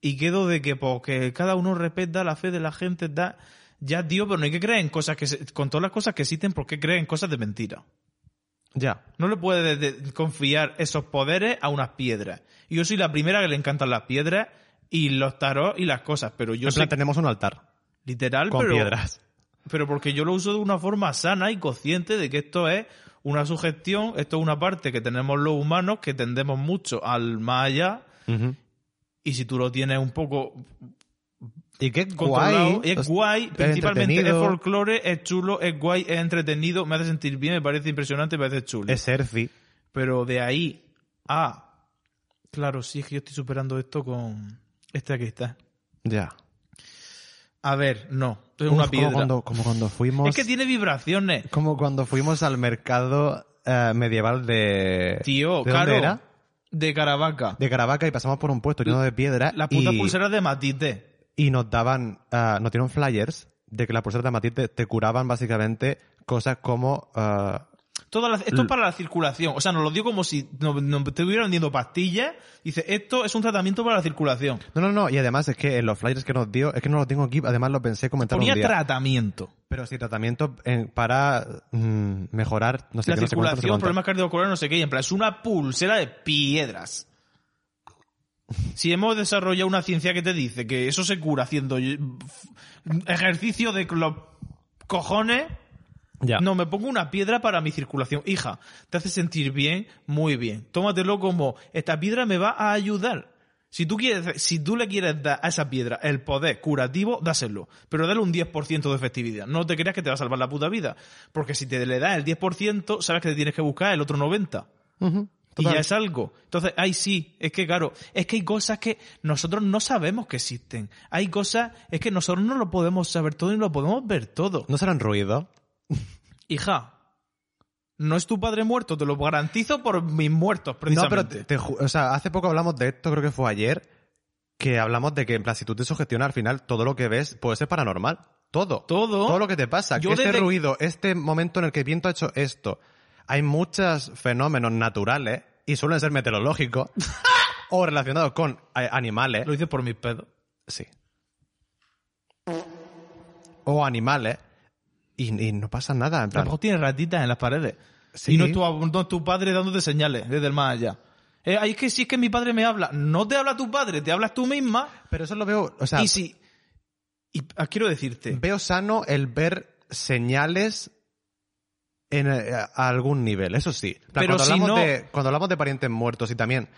S1: y quedo de que, pues, que cada uno respeta la fe de la gente, da... Ya, tío, pero no hay que creer en cosas que... se- Con todas las cosas que existen, ¿por qué creer en cosas de mentira?
S2: Ya.
S1: No le puedes de- de- confiar esos poderes a unas piedras. Y Yo soy la primera que le encantan las piedras y los tarot y las cosas, pero yo
S2: en plan,
S1: sé
S2: tenemos un altar
S1: literal,
S2: con
S1: pero,
S2: piedras.
S1: pero porque yo lo uso de una forma sana y consciente de que esto es una sugestión, esto es una parte que tenemos los humanos que tendemos mucho al más allá
S2: Ujú.
S1: y si tú lo tienes un poco
S2: Y qué
S1: controlado,
S2: guay. Pues,
S1: es guay, principalmente es
S2: entretenido.
S1: folclore, es chulo, es guay, es entretenido, me hace sentir bien, me parece impresionante, me parece chulo.
S2: Es Erfi.
S1: Pero de ahí a. Claro, sí, es que yo estoy superando esto con. Este aquí está.
S2: Ya.
S1: A ver, no. Esto es
S2: Uf,
S1: una
S2: Como
S1: piedra.
S2: cuando, como cuando fuimos.
S1: Es que tiene vibraciones.
S2: Como cuando fuimos al mercado eh, medieval de.
S1: Tío,
S2: ¿de
S1: claro.
S2: Dónde era?
S1: De Caravaca.
S2: De Caravaca y pasamos por un
S1: Mm,
S2: puesto lleno de piedra.
S1: Las putas
S2: y,
S1: pulseras de Matite.
S2: Y nos daban. eh, nos dieron flyers de que las pulseras de Matiz te, te curaban básicamente cosas como... eh,
S1: Toda la- esto
S2: L-
S1: es para la circulación. O sea, nos lo dio como si nos, nos estuvieran vendiendo pastillas. Dice, esto es un tratamiento para la circulación.
S2: no, no, no, y además es que en los flyers que nos dio, es que no los tengo aquí, además lo pensé comentar un
S1: Ponía
S2: día.
S1: tratamiento.
S2: Pero sí, tratamiento en- para mm, mejorar, no sé
S1: la
S2: qué, no sé cuánto, no sé
S1: circulación,
S2: cuánto.
S1: problemas cardiovasculares, no sé qué. Y en plan, es una pulsera de piedras. Si hemos desarrollado una ciencia que te dice que eso se cura haciendo eh, f- ejercicio de los cojones,
S2: Ya.
S1: no, me pongo una piedra para mi circulación. Hija, te hace sentir bien, muy bien. Tómatelo como, esta piedra me va a ayudar. Si tú, quieres, si tú le quieres dar a esa piedra el poder curativo, dáselo. Pero dale un 10% de efectividad. No te creas que te va a salvar la puta vida. Porque si te le das el 10%, sabes que te tienes que buscar el otro 90%.
S2: Ujú,
S1: Y
S2: total.
S1: ya es algo. Entonces, ay, sí, es que claro, es que hay cosas que nosotros no sabemos que existen. Hay cosas, es que nosotros no lo podemos saber todo y no lo podemos ver todo.
S2: ¿No serán ruido?
S1: Hija, no es tu padre muerto, te lo garantizo por mis muertos,
S2: No,
S1: precisamente.
S2: pero te, te ju- o sea, hace poco hablamos de esto, creo que fue ayer, que hablamos de que en plan, si tú te sugestionas al final, todo lo que ves puede ser paranormal. Todo.
S1: Todo.
S2: Todo lo que te pasa.
S1: Yo
S2: que este
S1: desde-
S2: ruido, este momento en el que el viento ha hecho esto. Hay muchos fenómenos naturales y suelen ser meteorológicos o relacionados con eh, animales.
S1: Lo hice por mis pedos.
S2: Sí. O animales. Y, y no pasa nada. En plan,
S1: Tampoco tienes ratitas en las paredes.
S2: Sí.
S1: Y no es, tu, ab- no es tu padre dándote señales desde el más allá. Eh, ay, es que sí, es que mi padre me habla. No te habla tu padre, te hablas tú misma.
S2: pero eso lo veo. O sea,
S1: y si. Y ah, quiero decirte.
S2: veo sano el ver señales en, eh, a algún nivel, eso sí. En plan,
S1: Pero
S2: cuando,
S1: si
S2: hablamos
S1: no-
S2: de, cuando hablamos de parientes muertos y también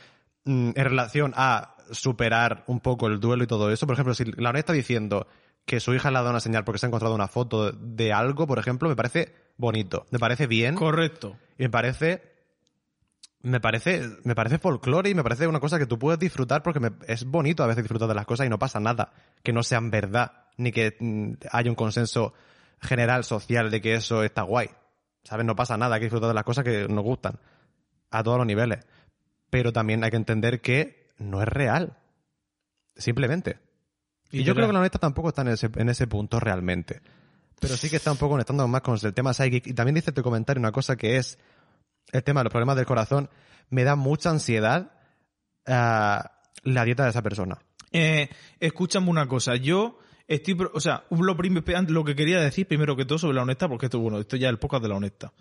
S2: mm, en relación a superar un poco el duelo y todo eso, por ejemplo, si la está diciendo que su hija le ha dado una señal porque se ha encontrado una foto de algo, por ejemplo, me parece bonito, me parece bien
S1: Correcto.
S2: y me parece me parece me parece folclore y me parece una cosa que tú puedes disfrutar porque me- es bonito a veces disfrutar de las cosas y no pasa nada que no sean verdad ni que mm, haya un consenso general social de que eso está guay sabes no pasa nada hay que disfrutar de las cosas que nos gustan a todos los niveles pero también hay que entender que no es real simplemente y yo creo que la honesta tampoco está en ese, en ese punto realmente. Pero sí que está un poco conectando más con el tema psychic. Y también dice tu comentario una cosa que es el tema de los problemas del corazón. Me da mucha ansiedad ah, la dieta de esa persona.
S1: Eh, escúchame una cosa, yo estoy, pro- o sea, lo, prim- lo que quería decir primero que todo sobre la honesta, porque esto, bueno, esto ya es el podcast de la honesta.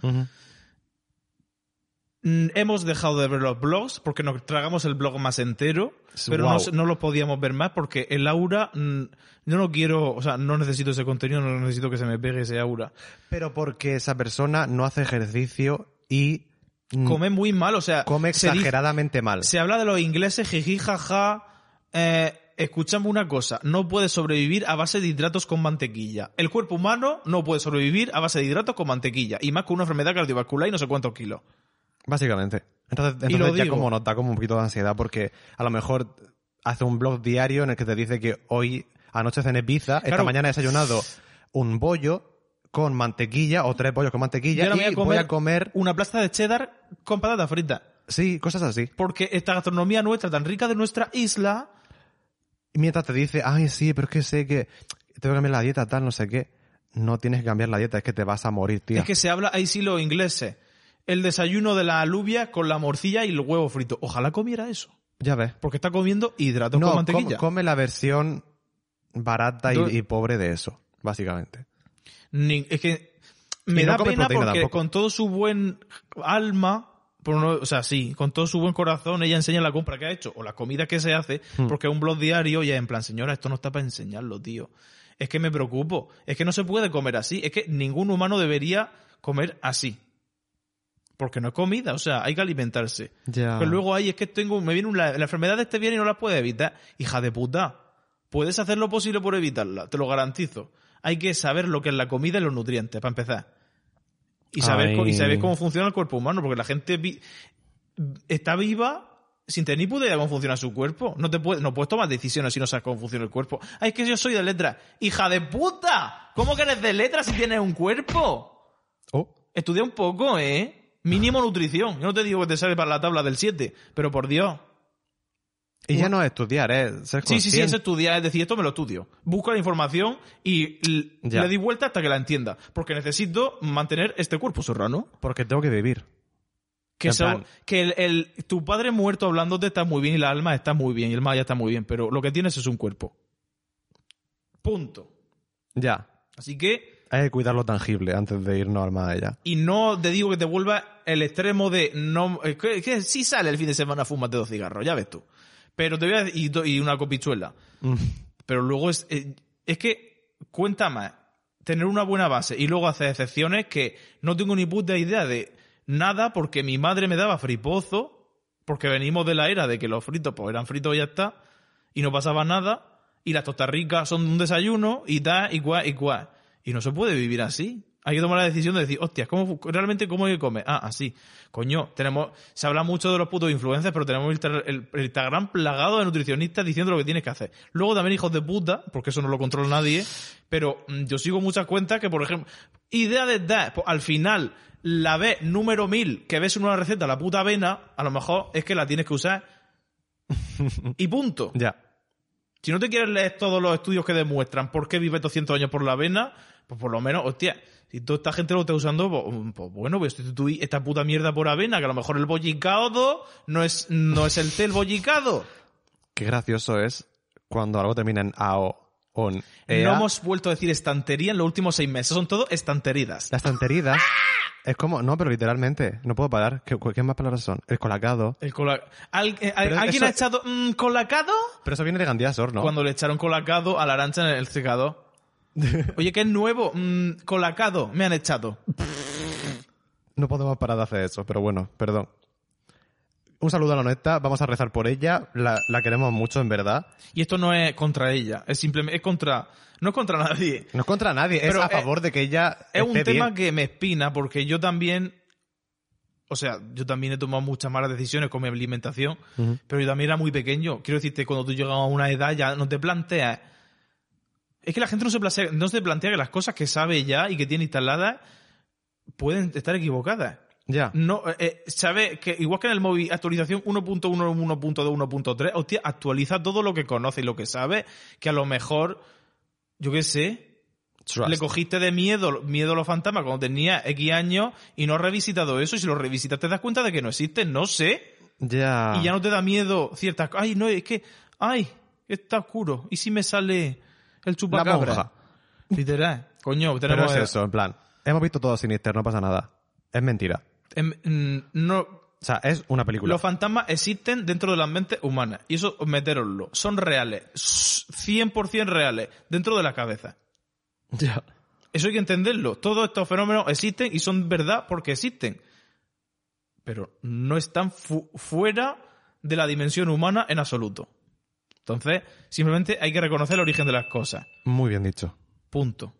S1: Mm, Hemos dejado de ver los blogs porque nos tragamos el blog más entero,
S2: S-
S1: pero
S2: guau.
S1: no, se- no los podíamos ver más porque el aura, mm, yo no quiero, o sea, no necesito ese contenido, no necesito que se me pegue ese aura.
S2: Pero porque esa persona no hace ejercicio y mm,
S1: Come muy mal, o sea,
S2: come
S1: se dice-
S2: exageradamente mal.
S1: Se habla de los ingleses, jiji, jaja. Eh, escuchame una cosa, no puede sobrevivir a base de hidratos con mantequilla. El cuerpo humano no puede sobrevivir a base de hidratos con mantequilla, y más con una enfermedad cardiovascular y no sé cuántos kilos.
S2: Básicamente. Entonces,
S1: Y lo
S2: entonces ya
S1: digo.
S2: como nos da como un poquito de ansiedad porque a lo mejor hace un blog diario en el que te dice que hoy anoche cené pizza, esta
S1: Claro.
S2: mañana he desayunado un bollo con mantequilla o tres bollos con mantequilla
S1: Y ahora
S2: y voy a, comer,
S1: una plaza de cheddar con patatas fritas.
S2: sí, cosas así.
S1: Porque esta gastronomía nuestra, tan rica de nuestra isla,
S2: Y mientras te dice, "Ay, sí, pero es que sé que tengo que cambiar la dieta tal, no sé qué." No tienes que cambiar la dieta, es que te vas a morir, tía.
S1: es que se habla ahí sí los ingleses. El desayuno de la alubia con la morcilla y el huevo frito. Ojalá comiera eso.
S2: Ya ves.
S1: Porque está comiendo hidratos
S2: No,
S1: con
S2: com-
S1: mantequilla.
S2: come la versión barata y-
S1: Do-
S2: y pobre de eso, básicamente.
S1: Ni- es que me
S2: Y no
S1: da
S2: come
S1: pena
S2: proteína
S1: porque
S2: tampoco.
S1: con todo su buen alma, por no- o sea, sí, con todo su buen corazón, ella enseña la compra que ha hecho o la comida que se hace,
S2: Hmm.
S1: porque es un blog diario y es en plan, señora, esto no está para enseñarlo, tío. Es que me preocupo, es que no se puede comer así, es que ningún humano debería comer así. Porque no es comida, o sea, hay que alimentarse.
S2: Ya.
S1: Pero luego ahí es que tengo, me viene una, la enfermedad de este viene y no la puedes evitar. Hija de puta. Puedes hacer lo posible por evitarla, te lo garantizo. Hay que saber lo que es la comida y los nutrientes, para empezar. Y saber, co- y
S2: Ay.
S1: saber cómo funciona el cuerpo humano, porque la gente vi- está viva sin tener ni puta idea de cómo funciona su cuerpo. No, te puedes, no puedes tomar decisiones si no sabes cómo funciona el cuerpo. Ay, es que yo soy de letras. ¡Hija de puta! ¿Cómo que eres de letras si tienes un cuerpo?
S2: Oh.
S1: Estudia un poco,
S2: Ah.
S1: ¿eh? Mínimo nutrición. Yo no te digo que te sale para la tabla del 7, pero por Dios.
S2: Y ya no es estudiar, es ser
S1: Sí, sí, sí, es
S2: consciente.
S1: estudiar, es decir, esto me lo estudio. Busco la información y l-
S2: Ya.
S1: le di vuelta hasta que la entienda. Porque necesito mantener este cuerpo serrano.
S2: Porque tengo que vivir.
S1: Que,
S2: En
S1: eso-
S2: plan-
S1: que el, el- tu padre muerto hablándote está muy bien y la alma está muy bien y el más allá está muy bien, pero lo que tienes es un cuerpo. Punto.
S2: Ya.
S1: Así que,
S2: Hay que cuidar lo tangible antes de irnos al más allá.
S1: y no te digo que te vuelva el extremo de no. eh, Que, que sí sale el fin de semana, fúmate dos cigarros, ya ves tú. Pero te voy a y, do- y una copichuela. Pero luego es. eh, Es que cuenta más tener una buena base y luego hacer excepciones que no tengo ni puta idea de nada porque mi madre me daba fripozo. Porque venimos de la era de que los fritos pues eran fritos y ya está. Y no pasaba nada. Y las tostas ricas son un desayuno y tal, y cual, y cual. Y no se puede vivir así. Hay que tomar la decisión de decir, hostias, ¿cómo, ¿realmente cómo hay que comer? Ah, así. Coño, tenemos, se habla mucho de los putos influencers, pero tenemos el, el- el Instagram plagado de nutricionistas diciendo lo que tienes que hacer. Luego también hijos de puta, porque eso no lo controla nadie, pero mm, yo sigo muchas cuentas que, por ejemplo, idea de dar, pues, al final, la vez número mil que ves en una receta, la puta avena, a lo mejor es que la tienes que usar y punto.
S2: Ya.
S1: Si no te quieres leer todos los estudios que demuestran por qué vive 200 años por la avena, pues por lo menos, hostia, si toda esta gente lo está usando, pues, mm, pues bueno, voy a sustituir esta puta mierda por avena, que a lo mejor el bollicado no es, no es el té, el bollicado.
S2: Qué gracioso es cuando algo termina en E AO, on, ea.
S1: No hemos vuelto a decir estantería en los últimos seis meses, son todo estanteridas.
S2: Las tanteridas. es como, no, pero literalmente, no puedo parar. ¿Qué, qué más palabras son? El colacado.
S1: El cola- ¿Al- eh, al-
S2: Pero
S1: ¿Alguien
S2: eso-
S1: ha echado mm, colacado?
S2: Pero eso viene de Gandía Sor, ¿no?
S1: Cuando le echaron colacado a la arancha en el secador. Oye, que es nuevo, mm, colacado, me han echado.
S2: No podemos parar de hacer eso, pero bueno, perdón. Un saludo a la honesta, vamos a rezar por ella, la, la queremos mucho, en verdad.
S1: Y esto no es contra ella, es simplemente es contra no es contra nadie.
S2: No es contra nadie, es
S1: Pero
S2: a
S1: es-
S2: favor de que ella.
S1: Es un
S2: esté
S1: tema
S2: bien.
S1: que me espina porque yo también o sea, yo también he tomado muchas malas decisiones con mi alimentación,
S2: Ujú.
S1: pero yo también era muy pequeño. Quiero decirte, cuando tú llegas a una edad ya no te planteas. Es que la gente no se plantea, no se plantea que las cosas que sabe ya y que tiene instaladas pueden estar equivocadas.
S2: Ya.
S1: No, eh, eh, sabe que igual que en el móvil, actualización 1.1, 1.2, 1.3, hostia, actualiza todo lo que conoce y lo que sabe, que a lo mejor, yo qué sé,
S2: Trust.
S1: le cogiste de miedo, miedo a los fantasmas cuando tenía X años y no has revisitado eso, y si lo revisitas te das cuenta de que no existe, no sé,
S2: Ya.
S1: y ya no te da miedo ciertas co- ay, no, es que, ay, está oscuro, y si me sale el
S2: La
S1: chupacabra.
S2: monja.
S1: Literal, coño,
S2: Pero
S1: tenemos
S2: es eso, en plan. Hemos visto todo sinister, no pasa nada. Es mentira.
S1: em, mm, no,
S2: O sea, es una película.
S1: Los fantasmas existen dentro de las mentes humanas. Y eso, meteroslo. Son reales. 100% reales. Dentro de la cabeza.
S2: Ya.
S1: Eso hay que entenderlo. Todos estos fenómenos existen y son verdad porque existen. Pero no están fu- fuera de la dimensión humana en absoluto. Entonces, simplemente hay que reconocer el origen de las cosas.
S2: Muy bien dicho.
S1: Punto.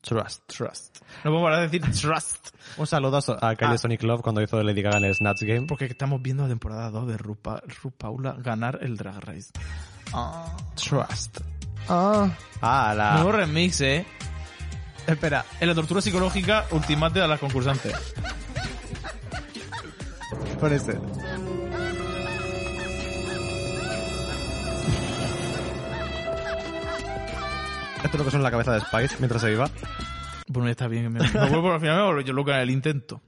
S2: Trust.
S1: Trust. No podemos parar de decir trust.
S2: Un saludo a, So- a Kylie
S1: Ah.
S2: Sonic Love cuando hizo Lady Gaga en el Snatch Game.
S1: Porque estamos viendo la temporada 2 de Rupa, Rupaula ganar el Drag Race. Ah.
S2: Trust. Ah. Ah, la.
S1: Nuevo remix, eh.
S2: Espera.
S1: En la tortura psicológica ultimate a las concursantes.
S2: Por ese. Esto es lo que son la cabeza de Spice mientras se viva.
S1: Bueno, ya está bien. Me, me vuelvo al final, me vuelvo yo loca en el intento.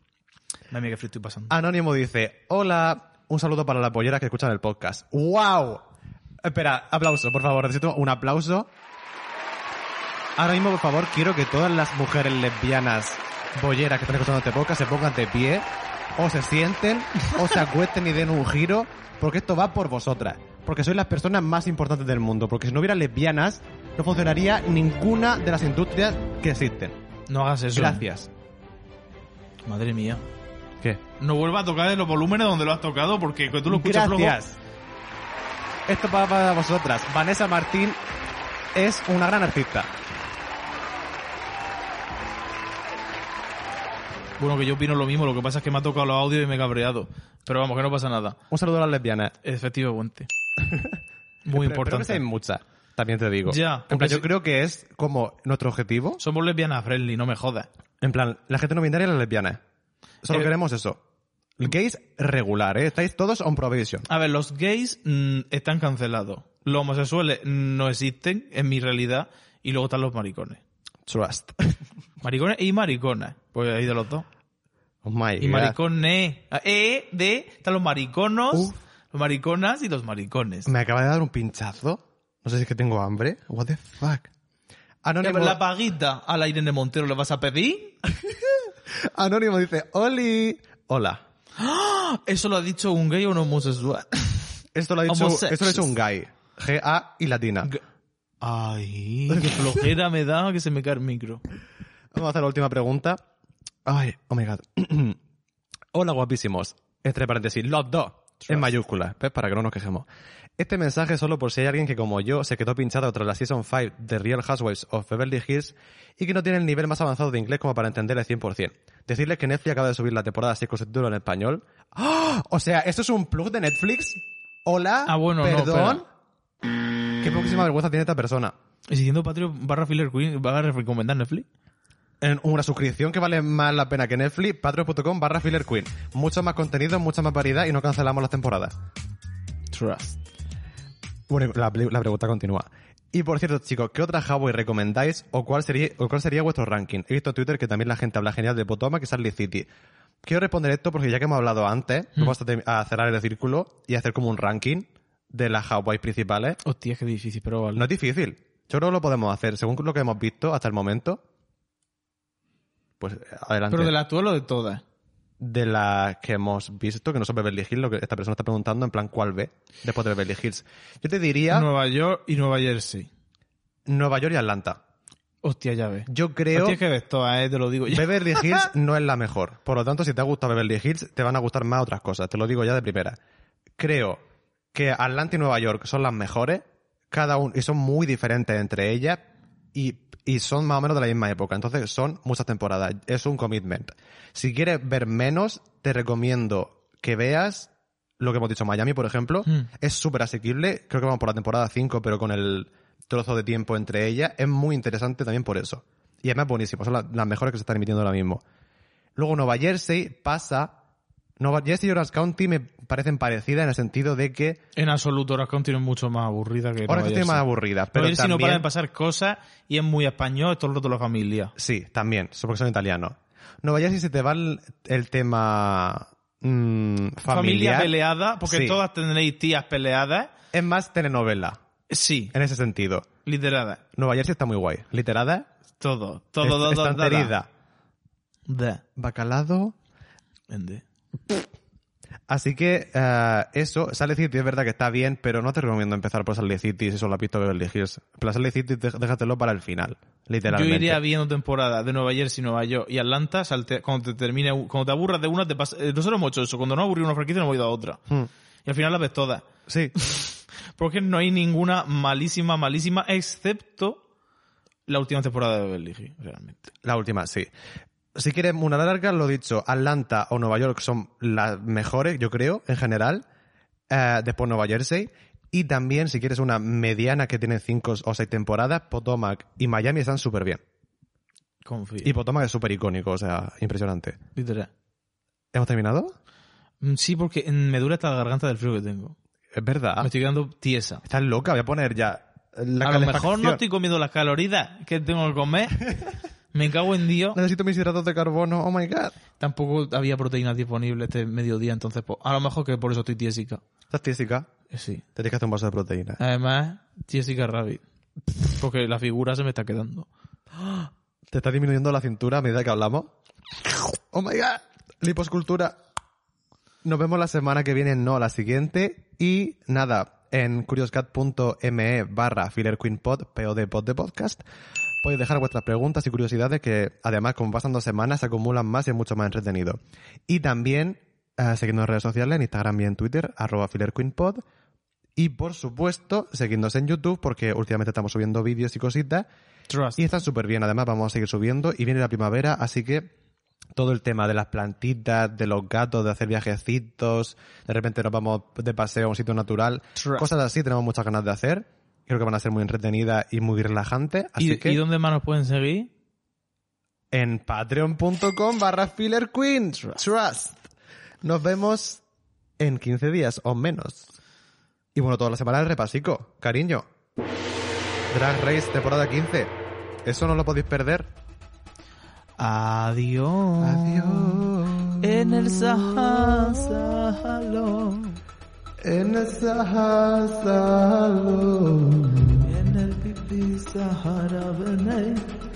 S1: Mami, qué frío estoy pasando.
S2: Anónimo dice, hola, un saludo para las polleras que escuchan el podcast. ¡Wow! Espera, aplauso, por favor, necesito un aplauso. Ahora mismo, por favor, quiero que todas las mujeres lesbianas bolleras que están escuchando este podcast se pongan de pie, o se sienten, o se acuesten y den un giro, porque esto va por vosotras. Porque sois las personas más importantes del mundo, porque si no hubiera lesbianas, no funcionaría ninguna de las industrias que existen.
S1: Ah, No hagas eso.
S2: Gracias.
S1: Madre mía.
S2: ¿Qué?
S1: No vuelvas a tocar en los volúmenes donde lo has tocado porque cuando tú lo escuchas flojo.
S2: Gracias. Esto va para vosotras. Vanessa Martín es una gran artista.
S1: Bueno, que yo opino lo mismo. Lo que pasa es que me ha tocado los audios y me he cabreado. Pero vamos, que no pasa nada.
S2: Un saludo a las lesbianas.
S1: Efectivamente. Muy
S2: Pero- pero que
S1: importante.
S2: sean muchas, también te digo.
S1: Ya,
S2: En
S1: porque
S2: plan, yo
S1: si-
S2: creo que es como nuestro objetivo.
S1: Somos lesbianas friendly, no me jodas.
S2: En plan, la gente no binaria y las lesbianas. Solo
S1: Eh,
S2: queremos eso. Gays regular, ¿eh? Estáis todos on probation.
S1: A ver, los gays mm, están cancelados. Los homosexuales no existen en mi realidad. Y luego están los maricones.
S2: Trust.
S1: Maricones y mariconas. Pues ahí de los dos.
S2: Oh my
S1: Y
S2: God.
S1: maricones. Ah, E, D, están los mariconos,
S2: Uf.
S1: los mariconas y los maricones.
S2: Me acaba de dar un pinchazo. No sé si es que tengo hambre. What the fuck. Anónimo,
S1: Eh, ¿La paguita a la Irene Montero le vas a pedir?
S2: Anónimo dice, Oli. Hola.
S1: ¿Eso lo ha dicho un gay o un homosexual?
S2: Esto lo ha dicho,
S1: Homosexual.
S2: esto lo ha dicho un guy. G-A y latina.
S1: G- Ay, qué flojera me da que se me cae el micro.
S2: Vamos a hacer la última pregunta. Ay, oh my god. Hola, guapísimos. Entre paréntesis, los dos. En mayúsculas, ¿ves? Para que no nos quejemos. Este mensaje es solo por si hay alguien que, como yo, se quedó pinchado tras la Season 5 de Real Housewives of Beverly Hills y que no tiene el nivel más avanzado de inglés como para entender el 100%. Decirles que Netflix acaba de subir la temporada 6 con subtítulos en español. ¡Ah! O sea, ¿esto es un plug de Netflix? Hola,
S1: Ah, bueno, no,
S2: perdón. Qué próxima vergüenza tiene esta persona.
S1: Y siguiendo Patreon barra Filler Queen, ¿vas a recomendar Netflix?
S2: en una suscripción que vale más la pena que Netflix, patreon.com barra filler queen. Mucho más contenido, mucha más variedad y no cancelamos las temporadas.
S1: Trust.
S2: Bueno, la, la pregunta continúa. Y por cierto, chicos, ¿qué otra Huawei recomendáis o cuál sería, o cuál sería vuestro ranking? He visto en Twitter que también la gente habla genial de Potomac y Salt City. Quiero responder esto porque ya que hemos hablado antes,
S1: Mm.
S2: vamos a, te- a cerrar el círculo y hacer como un ranking de las Huawei principales.
S1: Hostia, qué difícil, pero vale.
S2: No es difícil. Yo creo que lo podemos hacer según lo que hemos visto hasta el momento. Pues adelante.
S1: pero de la actual o de todas.
S2: de las que hemos visto, que no son Beverly Hills, lo que esta persona está preguntando, en plan, ¿cuál ve después de Beverly Hills? Yo te diría
S1: Nueva York y Nueva Jersey.
S2: Nueva York y Atlanta.
S1: Hostia, ya ves.
S2: Yo creo
S1: Hostia, que ves todas, eh, te lo digo ya.
S2: Beverly Hills no es la mejor. Por lo tanto, si te ha gustado Beverly Hills, te van a gustar más otras cosas. Te lo digo ya de primera. Creo que Atlanta y Nueva York son las mejores, cada uno, y son muy diferentes entre ellas, y, y son más o menos de la misma época. Entonces, son muchas temporadas. Es un commitment. Si quieres ver menos, te recomiendo que veas lo que hemos dicho, Miami, por ejemplo.
S1: Mm.
S2: Es súper asequible. Creo que vamos por la temporada 5, pero con el trozo de tiempo entre ellas. Es muy interesante también por eso. Y además buenísimo. Son la- las mejores que se están emitiendo ahora mismo. Luego Nueva Jersey pasa... Nueva Jersey y Orange County me parecen parecidas en el sentido de que...
S1: En absoluto, Orange County es mucho más aburrida que
S2: Orange
S1: Nueva
S2: County es
S1: Jersey.
S2: más aburrida, pero
S1: Nueva Jersey no para de
S2: también...
S1: pasar cosas y es muy español, es todo el rato la familia.
S2: Sí, también, so- porque son italianos. Nueva Jersey se te va el, el tema mm,
S1: Familia
S2: familiar.
S1: peleada, porque
S2: Sí.
S1: todas tendréis tías peleadas.
S2: Es más telenovela,
S1: Sí,
S2: en ese sentido.
S1: lideradas.
S2: Nueva Jersey está muy guay. Literada,
S1: Todo,
S2: est-
S1: todo, todo.
S2: estanterida,
S1: Da.
S2: bacalado.
S1: Ende.
S2: Así que eh, eso, Salt City es verdad que está bien, pero no te recomiendo empezar por Salt City si solo has visto Beverly Hills. Pero Salt City dej- déjatelo para el final,
S1: Yo
S2: literalmente.
S1: iría viendo temporada de Nueva Jersey, Nueva York y Atlanta. salte- cuando te termine, cuando te aburras de una, te pasa. eh, Nosotros hemos hecho eso. Cuando no aburrí una franquicia, nos hemos ido a otra.
S2: Hmm,
S1: Y al final las ves todas.
S2: Sí,
S1: Porque no hay ninguna malísima, malísima, excepto la última temporada de Beverly Hills, realmente.
S2: la última, sí. Si quieres una larga, lo dicho, Atlanta o Nueva York son las mejores, yo creo, en general. Eh, después Nueva Jersey. Y también, si quieres una mediana que tiene cinco o seis temporadas, Potomac y Miami están súper bien.
S1: Confío.
S2: Y Potomac es súper icónico, o sea, impresionante.
S1: Literal.
S2: ¿Hemos terminado?
S1: Mm, Sí, porque mm, me dura hasta la garganta del frío que tengo.
S2: Es verdad.
S1: Me estoy quedando tiesa.
S2: Estás loca, voy a poner ya la
S1: a lo mejor
S2: calefacción.
S1: no estoy comiendo las calorías que tengo que comer. me cago en Dios.
S2: Necesito mis hidratos de carbono, oh my god.
S1: Tampoco había proteínas disponibles este mediodía, entonces pues, a lo mejor que por eso estoy tiesica.
S2: Estás tísica,
S1: Eh, Sí.
S2: te tienes que hacer un vaso de proteína.
S1: Además, Jessica Rabbit. Porque la figura se me está quedando.
S2: Te está disminuyendo la cintura a medida que hablamos. Oh my god, liposcultura. Nos vemos la semana que viene, no, la siguiente. Y nada, en curioscat.me barra fillerqueenpod, POD, pod de podcast, podéis dejar vuestras preguntas y curiosidades que además como pasan dos semanas se acumulan más y es mucho más entretenido. Y también eh, seguidnos en redes sociales, en Instagram y en Twitter, arroba fillerqueenpod. Y por supuesto, seguidnos en YouTube porque últimamente estamos subiendo vídeos y cositas.
S1: Trust.
S2: Y están súper bien, además vamos a seguir subiendo y viene la primavera, así que todo el tema de las plantitas, de los gatos, de hacer viajecitos, de repente nos vamos de paseo a un sitio natural,
S1: Tras.
S2: cosas así tenemos muchas ganas de hacer. Creo que van a ser muy entretenidas y muy relajantes, así
S1: ¿Y,
S2: que
S1: y dónde más nos pueden seguir?
S2: en patreon.com barra fillerqueen, trust. Nos vemos en 15 días o menos. Y bueno, toda la semana el repasico, cariño. Drag Race temporada 15. Eso no lo podéis perder.
S1: Adiós. En el Sahara, Sahalón,
S2: En esa salón.
S1: en el pipí Sahara Benay.